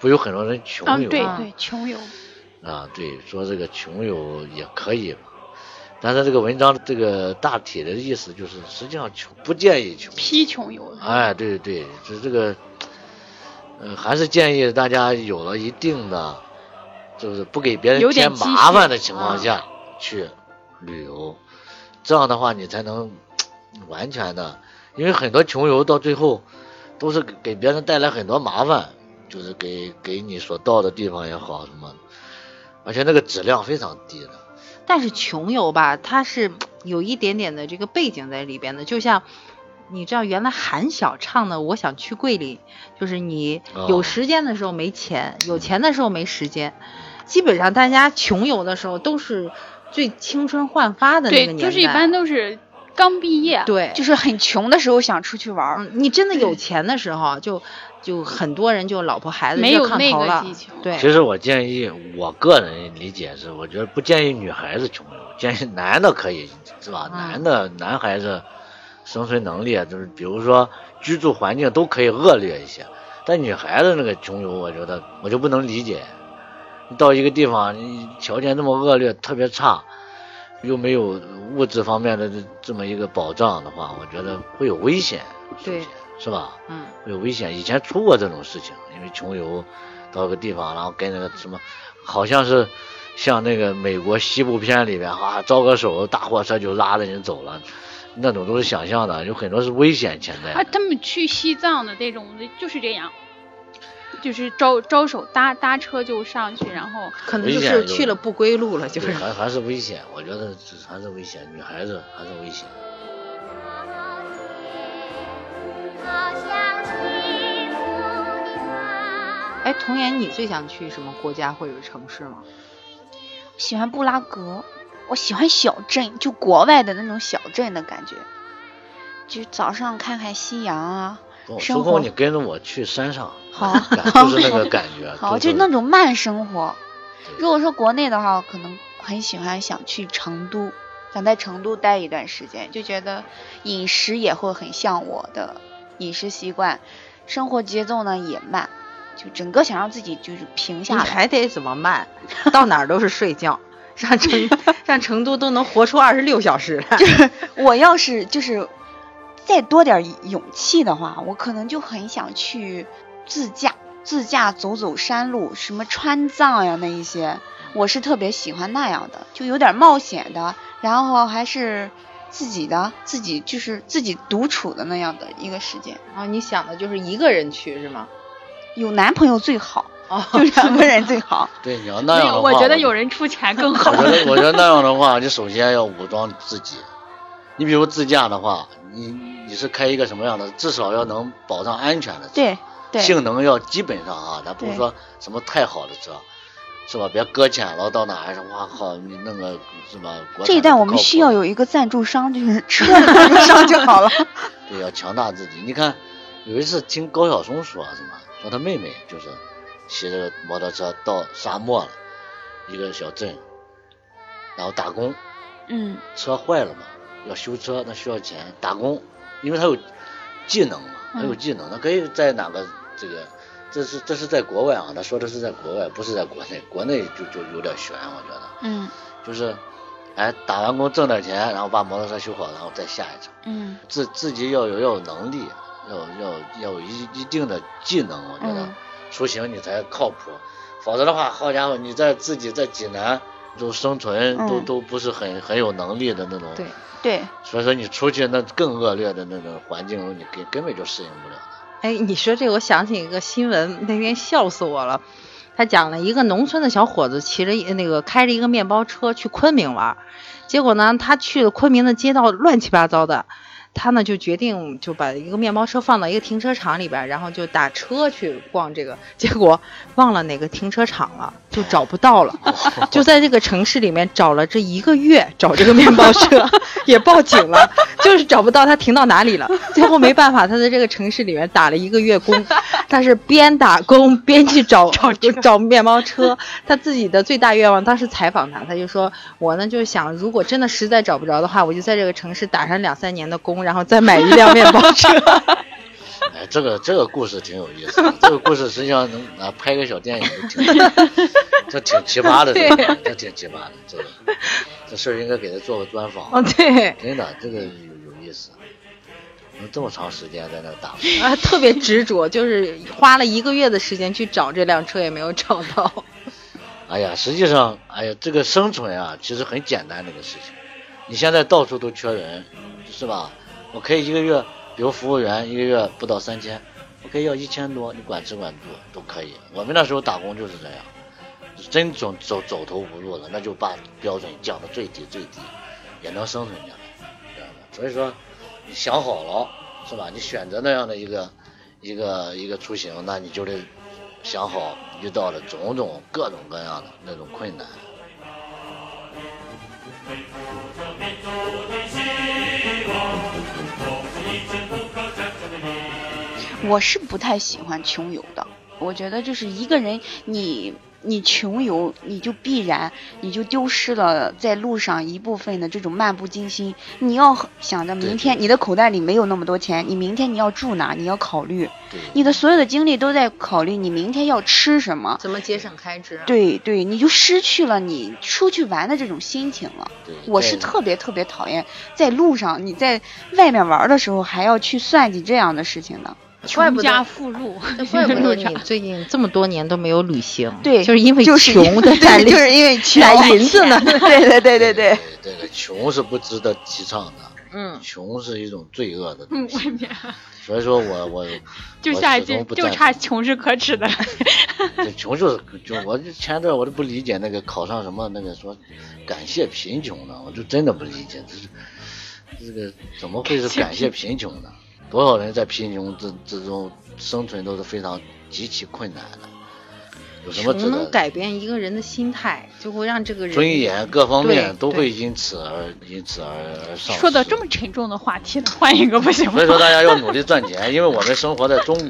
不有很多人穷嗯，游啊对嘛对，穷游，啊，对，说这个穷游也可以嘛，但是这个文章这个大体的意思就是，实际上穷不建议穷，批穷游，哎，对对，这这个，呃，还是建议大家有了一定的，就是不给别有人点添积蓄啊麻烦的情况下去旅游，这样的话你才能完全的，因为很多穷游到最后都是给给别人带来很多麻烦，就是给给你所到的地方也好什么的，而且那个质量非常低的，但是穷游吧，它是有一点点的这个背景在里边的，就像。你知道原来韩晓唱的《我想去桂林》，就是你有哦时间的时候没钱，有钱的时候没时间。基本上大家穷游的时候都是最青春焕发的那个对，年代。就是一般都是刚毕业，对， 就是很穷的时候想出去玩儿，嗯，你真的有钱的时候，就就很多人就老婆孩子没热有炕那头个了激情对，其实我建议，我个人理解是，我觉得不建议女孩子穷游，建议男的可以，是吧？嗯男的男孩子生存能力啊，就是比如说居住环境都可以恶劣一些，但女孩子那个穷游，我觉得我就不能理解。你到一个地方，你条件这么恶劣，特别差，又没有物质方面的这这么一个保障的话，我觉得会有危险，首对先是吧？嗯，有危险。以前出过这种事情，因为穷游到个地方，然后跟那个什么，好像是像那个美国西部片里面啊，招个手，大货车就拉着人走了，那种都是想象的，有很多是危险潜在啊，的。他们去西藏的这种就是这样，就是招招手搭搭车就上去，然后可能危就险是就去了不归路了，就对，是。还还是危险，我觉得这还是危险，女孩子还是危险。好像幸福的花。哎，童言，你最想去什么国家或者城市吗？喜欢布拉格，我喜欢小镇，就国外的那种小镇的感觉。就早上看看夕阳啊。跟我生抽活空你跟着我去山上，好感就是那个感觉，好，就就是那种慢生活。如果说国内的话，我可能很喜欢想去成都，想在成都待一段时间，就觉得饮食也会很像我的饮食习惯，生活节奏呢也慢，就整个想让自己就是平你下来。还得怎么 慢？到哪儿都是睡觉，上 成上成都都能活出二十六小时来。我要是就是再多点儿勇气的话，我可能就很想去自驾，自驾走走山路，什么川藏呀那一些，我是特别喜欢那样的，就有点冒险的，然后还是自己的，自己就是自己独处的那样的一个时间。啊，你想的就是一个人去是吗？有男朋友最好，哦，就两个人最好。对你要那没样的有，话，我觉得有人出钱更好我。觉得，我觉得那样的话，你首先要武装自己。你比如自驾的话，你你是开一个什么样的？至少要能保障安全的车， 对对，性能要基本上啊，咱不对是说什么太好的车，是吧？别搁浅了，到哪儿哇靠，你弄个什么国产这一的段不我们靠需谱要有一个赞助商，就是车的赞助商就好了。对，要强大自己。你看，有一次听高晓松说什么，说他妹妹就是骑着摩托车到沙漠了，一个小镇，然后打工，嗯车坏了嘛，要修车，那需要钱，打工，因为他有技能嘛，他有技能，他可以在哪个这个，这是这是在国外啊，他说的是在国外，不是在国内，国内就就有点悬，我觉得， 嗯就是，哎，打完工挣点钱，然后把摩托车修好，然后再下一场。嗯自自己要有要有能力，要要要有一一定的技能，我觉得嗯出行你才靠谱，否则的话，好家伙，你在自己在济南都生存、都嗯都不是很很有能力的那种，对，对，所以说你出去那更恶劣的那种环境中，你根根本就适应不了。哎，你说这个，我想起一个新闻，那天笑死我了。他讲了一个农村的小伙子骑着一那个开着一个面包车去昆明玩儿，结果呢，他去了昆明的街道乱七八糟的，他呢就决定就把一个面包车放到一个停车场里边儿，然后就打车去逛这个，结果忘了哪个停车场了，就找不到了。就在这个城市里面找了这一个月，找这个面包车也报警了，就是找不到他停到哪里了。最后没办法，他在这个城市里面打了一个月工，他是边打工边去找找找面包车。他自己的最大愿望，当时采访他，他就说：“我呢就想，如果真的实在找不着的话，我就在这个城市打上两三年的工，然后再买一辆面包车。哎，这个这个故事挺有意思的，这个故事实际上能啊拍个小电影都挺，这挺奇葩的，这个这挺奇葩的，这个这事儿应该给他做个专访。”哦，对，真的，这个有有意思，能这么长时间在那打工，啊，特别执着，就是花了一个月的时间去找这辆车，也没有找到。哎呀，实际上，哎呀，这个生存啊，其实很简单的一个事情。你现在到处都缺人，是吧？我可以一个月，比如服务员一个月不到三千，我可以要一千多，你管吃管住都可以。我们那时候打工就是这样，真走走走投无路了，那就把标准降到最低最低，也能生存下来，知道吗？所以说，你想好了，是吧？你选择那样的一个一个一个出行，那你就得想好遇到的种种各种各样的那种困难。我是不太喜欢穷游的，我觉得就是一个人你。你穷游，你就必然你就丢失了在路上一部分的这种漫不经心。你要想着对明天对你的口袋里没有那么多钱，你明天你要住哪，你要考虑，对，你的所有的精力都在考虑你明天要吃什么。 怎么节省开支、啊？对对，你就失去了你出去玩的这种心情了。对我在是特别特别讨厌在路上你在外面玩的时候还要去算计这样的事情的。 怪穷不家得，富路，怪不得路 你上最近这么多年都没有旅行，对，就是因为就是穷因的占领，就是因 为穷攒银子呢对对对对对，对对，穷是不值得提倡的，嗯，穷是一种罪恶的嗯东外西。面所以说我我 就我下一始终句不就赞差同穷是可 耻的了。对穷就是就我就前段我都不理解那个考上什么那个说感谢贫穷呢，我就真的不理解，这是这个怎么会是感谢贫穷呢？多少人在贫穷之之中生存都是非常极其困难的。有什么值穷得能改变一个人的心态，就会让这个人尊严各方面对都对会因此而因此而而丧失。说到这么沉重的话题了，换一个不行吗 所以？说大家要努力赚钱，因为我们生活在中国，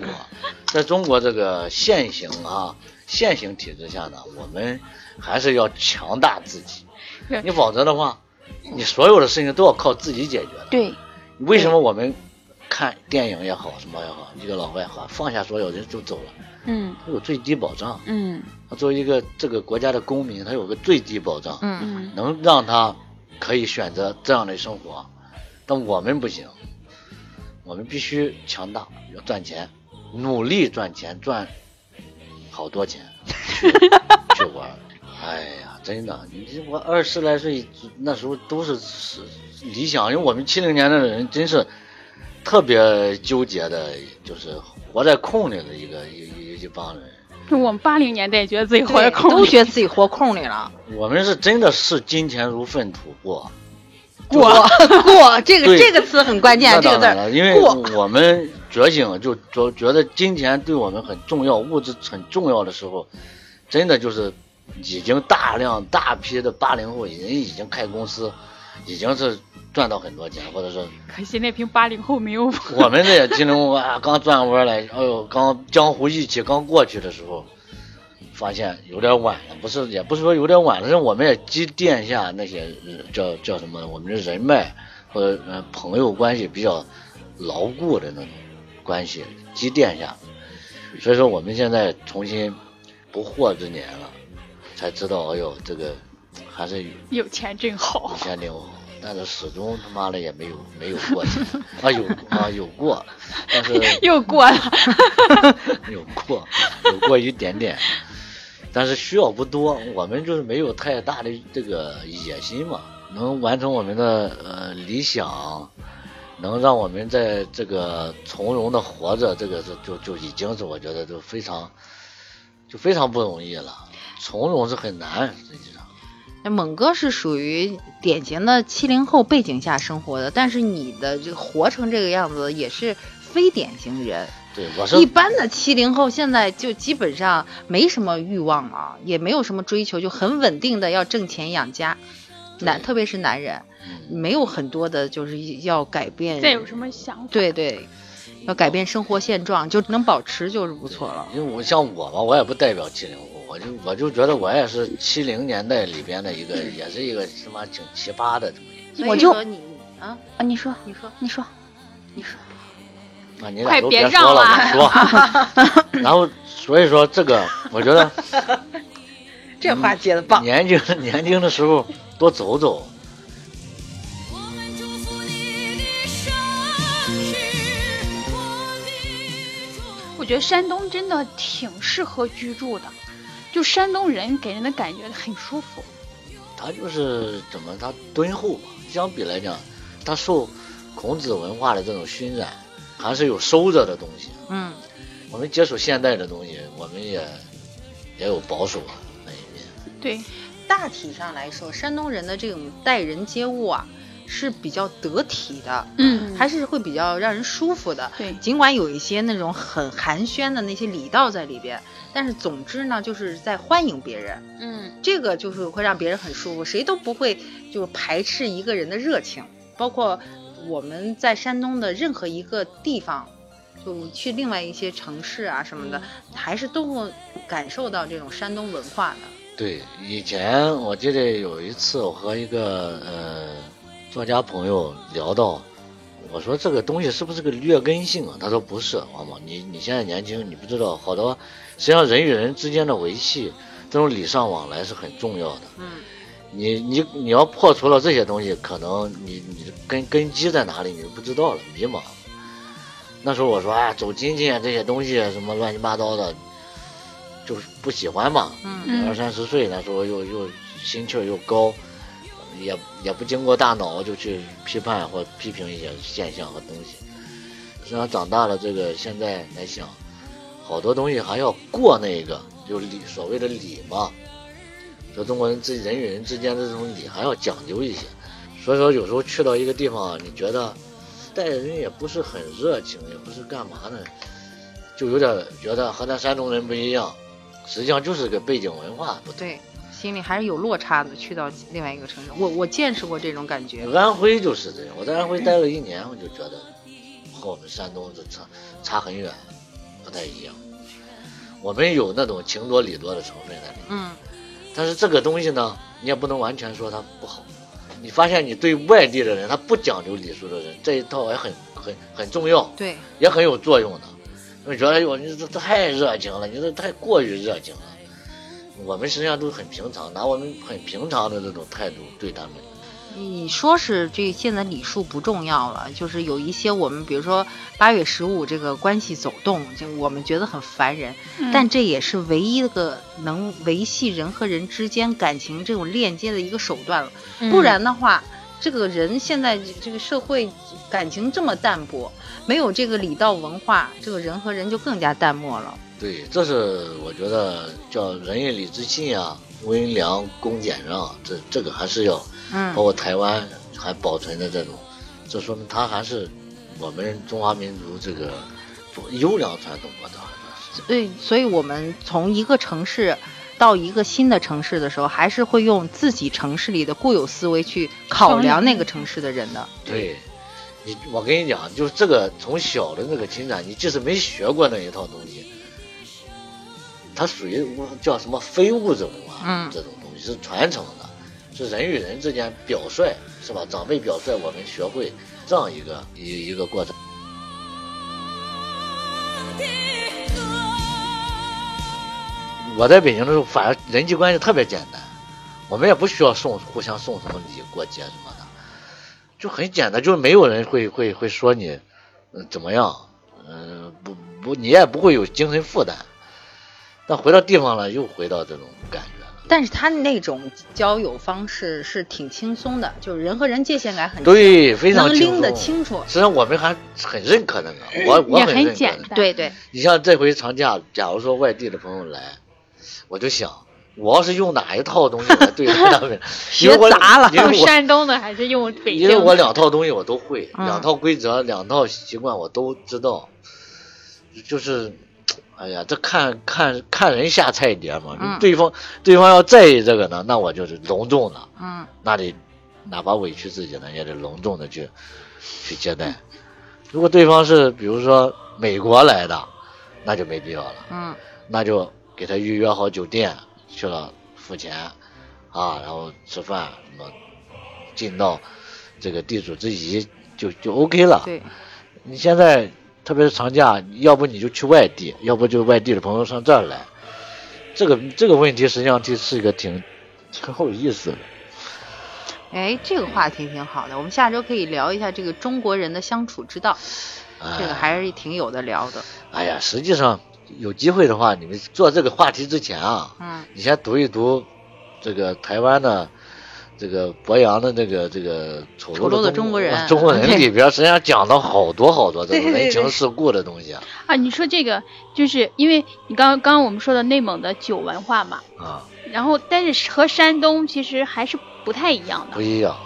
在中国这个现行啊现行体制下呢，我们还是要强大自己对。你否则的话，你所有的事情都要靠自己解决的。对，为什么我们看电影也好，什么也好，一个老外也好，放下所有人就走了，嗯他有最低保障。嗯他作为一个这个国家的公民，他有个最低保障，嗯嗯，能让他可以选择这样的生活。但我们不行，我们必须强大，要赚钱，努力赚钱，赚好多钱去去玩儿。哎呀，真的，你这我二十来岁那时候都是是理想，因为我们七零年代的人真是特别纠结的，就是活在空里的一个一一一帮人。就我们八零年代也觉得自己活在对空都里，觉得自己活空里了。我们是真的视金钱如粪土过，过 过这个对这个词很关键，啊那这个当字然了，儿因为嗯过我们觉醒就觉觉得金钱对我们很重要，物质很重要的时候，真的就是已经大量大批的八零后已经已经开公司，已经是赚到很多钱，或者是可惜那瓶八零后没有我。 我们这也金融啊，刚转弯来，哎呦，刚江湖义气刚过去的时候，发现有点晚了，不是也不是说有点晚了，是我们也积淀一下那些呃叫叫什么，我们的人脉或者呃朋友关系比较牢固的那种关系积淀一下，所以说我们现在重新不惑之年了，才知道，哎呦，这个还是有有钱真 好五，千零五，但是始终他妈的也没有没有过去啊，有啊有过，但是又过了。有过有过一点点，但是需要不多，我们就是没有太大的这个野心嘛，能完成我们的呃理想。能让我们在这个从容的活着，这个就就就已经是我觉得就非常，就非常不容易了。从容是很难，实际上。那猛哥是属于典型的七零后背景下生活的，但是你的这个活成这个样子也是非典型人。对，我是一般的七零后现在就基本上没什么欲望了，也没有什么追求，就很稳定的要挣钱养家。男，特别是男人，嗯没有很多的就是要改变。再有什么想法？对对，要改变生活现状，就能保持就是不错了。因为我像我嘛，我也不代表七零后，我就我就觉得我也是七零年代里边的一个，也是一个他妈挺奇葩的这么一所以我就说你啊，啊，你说你说 你说，个。啊，你俩快都别别让说了，了我 说。然后所以说这个，我觉得嗯这话接的棒。年轻年轻的时候多走走，我们祝福你的生日，我的祝我觉得山东真的挺适合居住的，就山东人给人的感觉很舒服。他就是怎么他敦厚嘛，相比来讲，他受孔子文化的这种熏染，还是有收着的东西。嗯，我们接触现代的东西，我们也也有保守啊那一面。对，大体上来说，山东人的这种待人接物啊是比较得体的，啊嗯，还是会比较让人舒服的。对尽管有一些那种很寒暄的那些礼道在里边，但是总之呢，就是在欢迎别人，嗯这个就是会让别人很舒服，谁都不会就是排斥一个人的热情，包括我们在山东的任何一个地方。就去另外一些城市啊嗯什么的，还是都会感受到这种山东文化的。对，以前我记得有一次，我和一个呃作家朋友聊到，我说这个东西是不是个劣根性啊？他说不是，王某，你你现在年轻，你不知道好多，实际上人与人之间的维系，这种礼尚往来是很重要的。嗯，你你你要破除了这些东西，可能你你根根基在哪里，你就不知道了，迷茫了。那时候我说啊，走亲戚啊，这些东西啊什么乱七八糟的，就是不喜欢嘛。嗯二三十岁那时候又又心气儿又高，也也不经过大脑就去批判或批评一些现象和东西。实际上长大了，这个现在来想，好多东西还要过那个，就礼所谓的礼嘛，就中国人之人与人之间的这种礼还要讲究一些。所以说有时候去到一个地方，啊你觉得待人也不是很热情，也不是干嘛呢，就有点觉得和咱山东人不一样。实际上就是个背景文化不同。对，心里还是有落差的。去到另外一个城市，我我见识过这种感觉。安徽就是这样，我在安徽待了一年，我就觉得和我们山东这差差很远，不太一样。我们有那种情多理多的成分在里面，嗯，但是这个东西呢，你也不能完全说它不好。你发现你对外地的人，他不讲究礼数的人，这一套也很 很很重要，对，也很有作用的。我觉得哎呦，你这这太热情了，你这太过于热情了。我们实际上都很平常，拿我们很平常的这种态度对他们。你说是这现在礼数不重要了，就是有一些我们比如说八月十五这个关系走动，就我们觉得很烦人，嗯但这也是唯一一个能维系人和人之间感情这种链接的一个手段了。不然的话，这个人现在这个社会感情这么淡薄，没有这个礼道文化，这个人和人就更加淡漠了。对，这是我觉得叫仁义礼智信啊，温良恭俭让，啊这这个还是要，包嗯括台湾还保存的这种，这说明它还是我们中华民族这个优良传统吧，这好像是。对，所以我们从一个城市到一个新的城市的时候，还是会用自己城市里的固有思维去考量那个城市的人的。对，你我跟你讲，就是这个从小的那个侵占，你即使没学过那一套东西，它属于物叫什么非物质文化，嗯这种东西是传承的，是人与人之间表率，是吧？长辈表率，我们学会这样一个一一个过程。的歌。我在北京的时候，反正人际关系特别简单，我们也不需要送互相送什么礼过节什么的，就很简单，就是没有人会会会说你、呃怎么样，嗯、不不，你也不会有精神负担。但回到地方了，又回到这种感觉了。但是他那种交友方式是挺轻松的，就是人和人界限感很强，对，非常嗯能轻拎得松清楚。实际上我们还很认可那个，我我也很认可很简那个单。对对，你像这回长假，假如说外地的朋友来，我就想，我要是用哪一套东西来对待他们，因为我 学杂了因用为我山东的还是用北因京为的？我两套东西我都会，嗯两套规则、两套习惯我都知道，就是，哎呀，这看看看人下菜碟嘛，嗯对方对方要在意这个呢，那我就是隆重的，嗯，那得哪怕委屈自己呢，也得隆重的去去接待。如果对方是比如说美国来的，那就没必要了。嗯，那就给他预约好酒店，去了付钱，啊，然后吃饭什么，尽到这个地主之谊就就 OK 了。对，你现在特别是长假，要不你就去外地，要不就外地的朋友上这儿来，这个这个问题实际上就是一个挺挺有意思的。哎，这个话题挺好的，我们下周可以聊一下这个中国人的相处之道，哎、这个还是挺有的聊的。哎呀，实际上有机会的话，你们做这个话题之前啊，嗯你先读一读这个台湾的这个博洋的这个这个丑丑陋的的中国人 中国人对里边实际上讲了好多好多这对种对人情对世故的东西啊啊，你说这个就是因为你刚刚刚我们说的内蒙的酒文化嘛，啊，然后但是和山东其实还是不太一样不的。一样。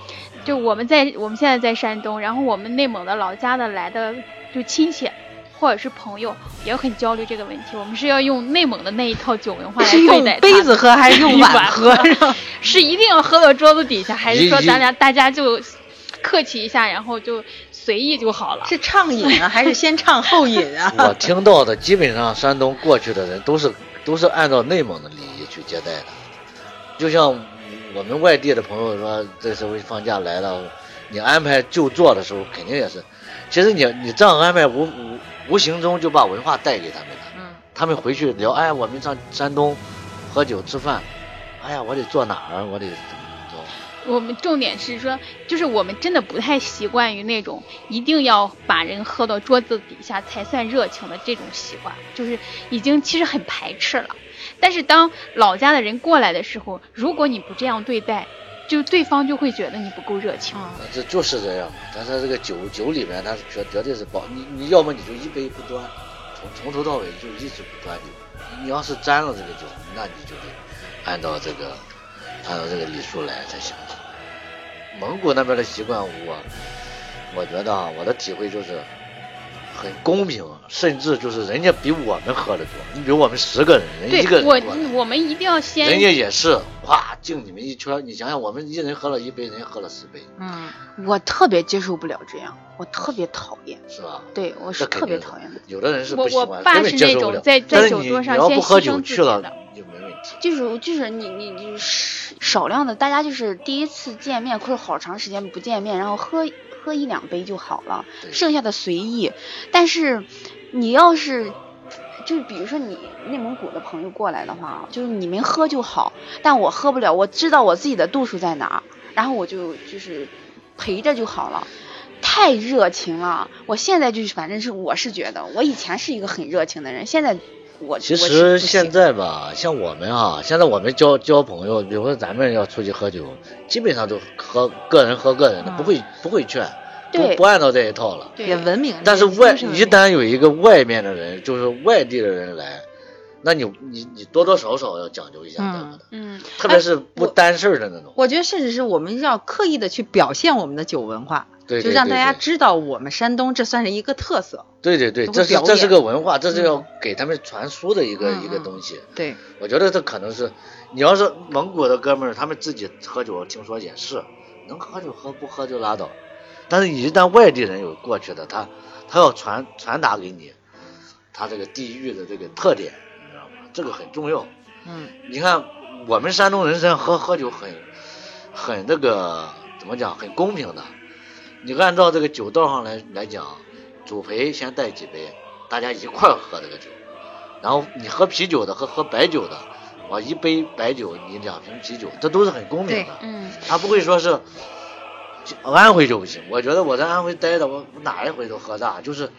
就我们在我们现在在山东，然后我们内蒙的老家的来的就亲戚。或者是朋友也很焦虑这个问题，我们是要用内蒙的那一套酒文化来是对用待他杯子喝还是用碗碗 喝？是一定要喝到桌子底下，还是说一一咱俩大家就客气一下，然后就随意就好了？是畅饮啊，还是先畅后饮啊？我听到的基本上山东过去的人都是都是按照内蒙的礼仪去接待的，就像我们外地的朋友说，这次回放假来了，你安排就座的时候肯定也是，其实你你这样安排无无无形中就把文化带给他们了，嗯，他们回去聊，哎，我们上山东喝酒吃饭，哎呀，我得坐哪儿，我得怎么着。我们重点是说，就是我们真的不太习惯于那种一定要把人喝到桌子底下才算热情的这种习惯，就是已经其实很排斥了。但是当老家的人过来的时候，如果你不这样对待，就对方就会觉得你不够热情。啊这就是这样嘛，但是这个酒酒里面，它是绝绝对是保你，你要么你就一杯不端，从从头到尾就一直不端酒。你要是沾了这个酒，那你就得按照这个按照这个礼数来才行。蒙古那边的习惯，我我觉得啊，我的体会就是，很公平，甚至就是人家比我们喝的多。你比如我们十个人，人一个人我多了我们一定要先人家也是，哗敬你们一圈儿。你想想，我们一人喝了一杯，人家喝了十杯，嗯， 我特别接受不了这样，我特别讨厌，是吧？对我是这肯特别定的讨厌的。有的人是我不喜欢，我爸根本是接那受不种了在在但是酒你桌上你要先不喝牺牲酒自去己了的就没问题。就是就是你你你少少量的，大家就是第一次见面或者好长时间不见面，然后喝喝一两杯就好了，对剩下的随意。但是你要是就是比如说你内蒙古的朋友过来的话，就是你们喝就好，但我喝不了，我知道我自己的度数在哪儿，然后我就就是陪着就好了。太热情了，我现在就是反正是我是觉得，我以前是一个很热情的人，现在我其我是不实行现在吧，像我们啊，现在我们交交朋友，比如说咱们要出去喝酒，基本上都喝个人喝个人的，嗯不会不会劝，对不不按照这一套了。对也文明。嗯但是也外精神文一明旦有一个外面的人，就是外地的人来，那你你你多多少少要讲究一下嗯这个的，嗯，特别是不担事儿的那种。我觉得甚至是我们要刻意的去表现我们的酒文化，对，就对让对大家对知道我们山东这算是一个特色。对对对，都会这是表这是演个文化，这是要给他们传输的一个、嗯一个嗯东西。对，我觉得这可能是，你要是蒙古的哥们儿，他们自己喝酒，听说也是能喝就喝，不喝就拉倒。但是一旦外地人有过去的，他他要传传达给你，他这个地域的这个特点，你知道吗？这个很重要。嗯，你看我们山东人身上喝喝酒很很那个怎么讲，很公平的。你按照这个酒道上来来讲，主陪先带几杯，大家一块儿喝这个酒。然后你喝啤酒的和喝白酒的，我一杯白酒，你两瓶啤酒，这都是很公平的。嗯，他不会说是安徽就不行。我觉得我在安徽待的，我我哪一回都喝大，就是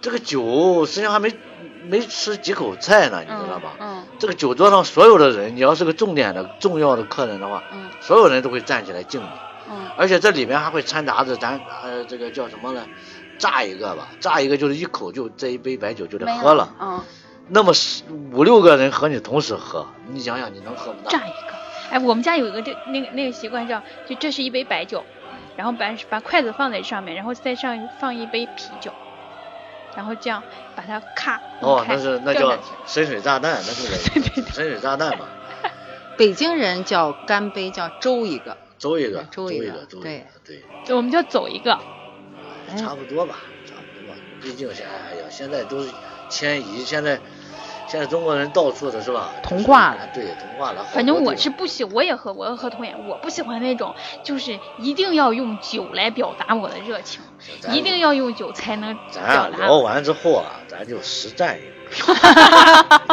这个酒实际上还没没吃几口菜呢，你知道吧？嗯这个酒桌上所有的人，你要是个重点的重要的客人的话，嗯所有人都会站起来敬你，嗯而且这里面还会掺杂着咱呃这个叫什么呢？榨一个吧，榨一个就是一口就这一杯白酒就得没喝了。嗯，那么十五六个人和你同时喝，你想想你能喝不榨大？一个。哎，我们家有一个这那个那个习惯叫，就这是一杯白酒，然后把把筷子放在上面，然后再上放一杯啤酒，然后这样把它咔哦弄，开那是那掉下叫去深水炸弹，那是个深水炸弹嘛，北京人叫干杯叫周一个，周一个，周一一个个，周一个，对，对我们叫走一个。哎差不多吧，差不多吧。毕竟现在，哎呀，现在都是迁移，现在现在中国人到处的是吧？同化了，对，同化了。好反正多我地是方不喜，我也喝，我也喝同眼，我不喜欢那种就是一定要用酒来表达我的热情，咱一定要用酒才能咱啊表达聊我。完之后啊，咱就实战一 个，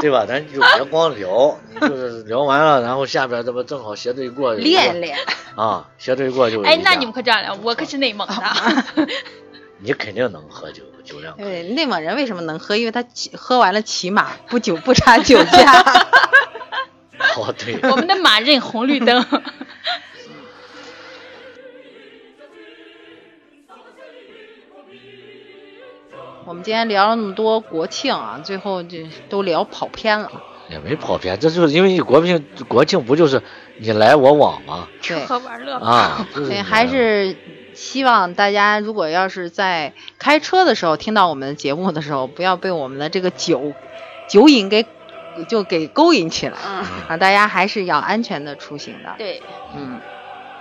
对吧？咱就别光聊，你就是聊完了，然后下边这不正好斜对过有一个练练。啊，斜对过就有哎一，那家你们可这样聊，我可是内 蒙的。 你肯定能喝酒，酒量哎可以。对，内蒙人为什么能喝？因为他骑喝完了骑马，不酒不查酒驾。 哦，对， 我们的马认红绿灯。 我们今天聊了那么多国庆啊，最后就都聊跑偏了。也没跑偏，这就是因为你国庆国庆不就是你来我往吗？吃对喝玩 乐吧。 啊，就是对，你还来是希望大家如果要是在开车的时候听到我们的节目的时候，不要被我们的这个酒酒瘾给就给勾引起来嗯啊！大家还是要安全的出行的。对，嗯，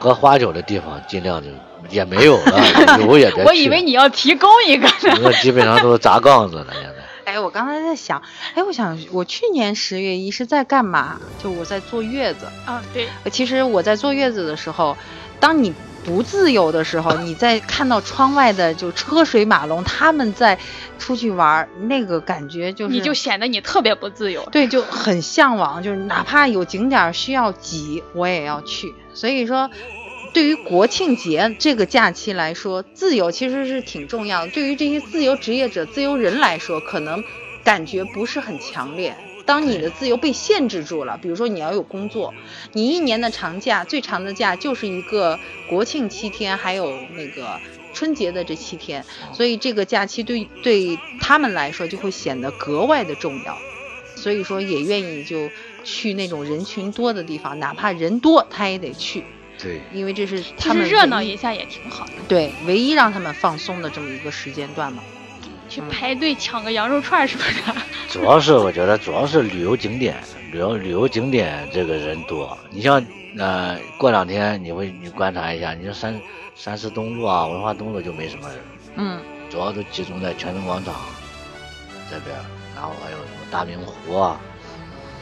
喝花酒的地方尽量就也没有了， 有也别去。我以为你要提供一个呢。那基本上都是砸杠子了，现在。哎，我刚才在想，哎，我想我去年十月一是在干嘛？就我在坐月子。啊，对，其实我在坐月子的时候，当你不自由的时候，你在看到窗外的就车水马龙，他们在出去玩儿，那个感觉就是你就显得你特别不自由。对，就很向往，就是哪怕有景点儿需要挤，我也要去。所以说，对于国庆节这个假期来说，自由其实是挺重要的。对于这些自由职业者、自由人来说，可能感觉不是很强烈。当你的自由被限制住了，比如说你要有工作，你一年的长假最长的假就是一个国庆七天，还有那个春节的这七天，所以这个假期对对他们来说就会显得格外的重要。所以说也愿意就去那种人群多的地方，哪怕人多他也得去，对，因为这是其他实们热闹唯一一下也挺好的。对唯一让他们放松的这么一个时间段嘛。去嗯排队抢个羊肉串儿什么的。主要是我觉得主要是旅游景点，旅游旅游景点这个人多。你像呃，过两天你会你观察一下，你说三三市东路啊、文化东路就没什么人，嗯主要都集中在泉城广场这边，然后还有什么大明湖 啊，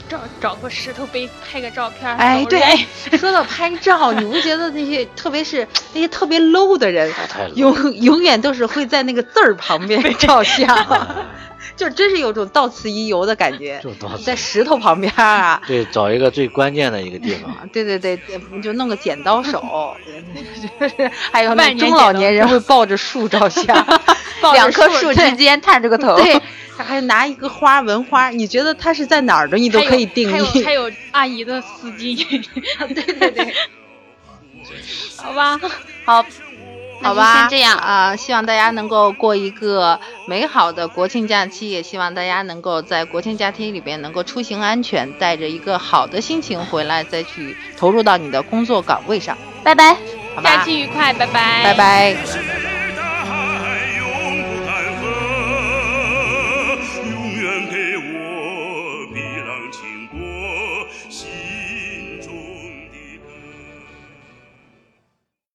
找找个石头碑拍个照片儿。哎，走对，人哎，说到拍照，你不觉得那些，特别是那些特别 low 的人太 low，永永远都是会在那个字儿旁边 照相，哎就真是有种到此一游的感觉，就到此在石头旁边啊，。对，找一个最关键的一个地方对对对，就弄个剪刀 手，就是还有那万年中老剪刀年人会抱着树照 相抱，着两棵树树对之间探着个 头，对，还拿一个花纹花，你觉得它是在哪儿的，你都还有可以定还有义还。有阿姨的丝巾， 对对对， 好吧，好好，那就吧，先这样啊、希望大家能够过一个美好的国庆假期，也希望大家能够在国庆假期里边能够出行安全，带着一个好的心情回来，再去投入到你的工作岗位上，拜拜。好吧？假期愉快，拜拜，拜拜。是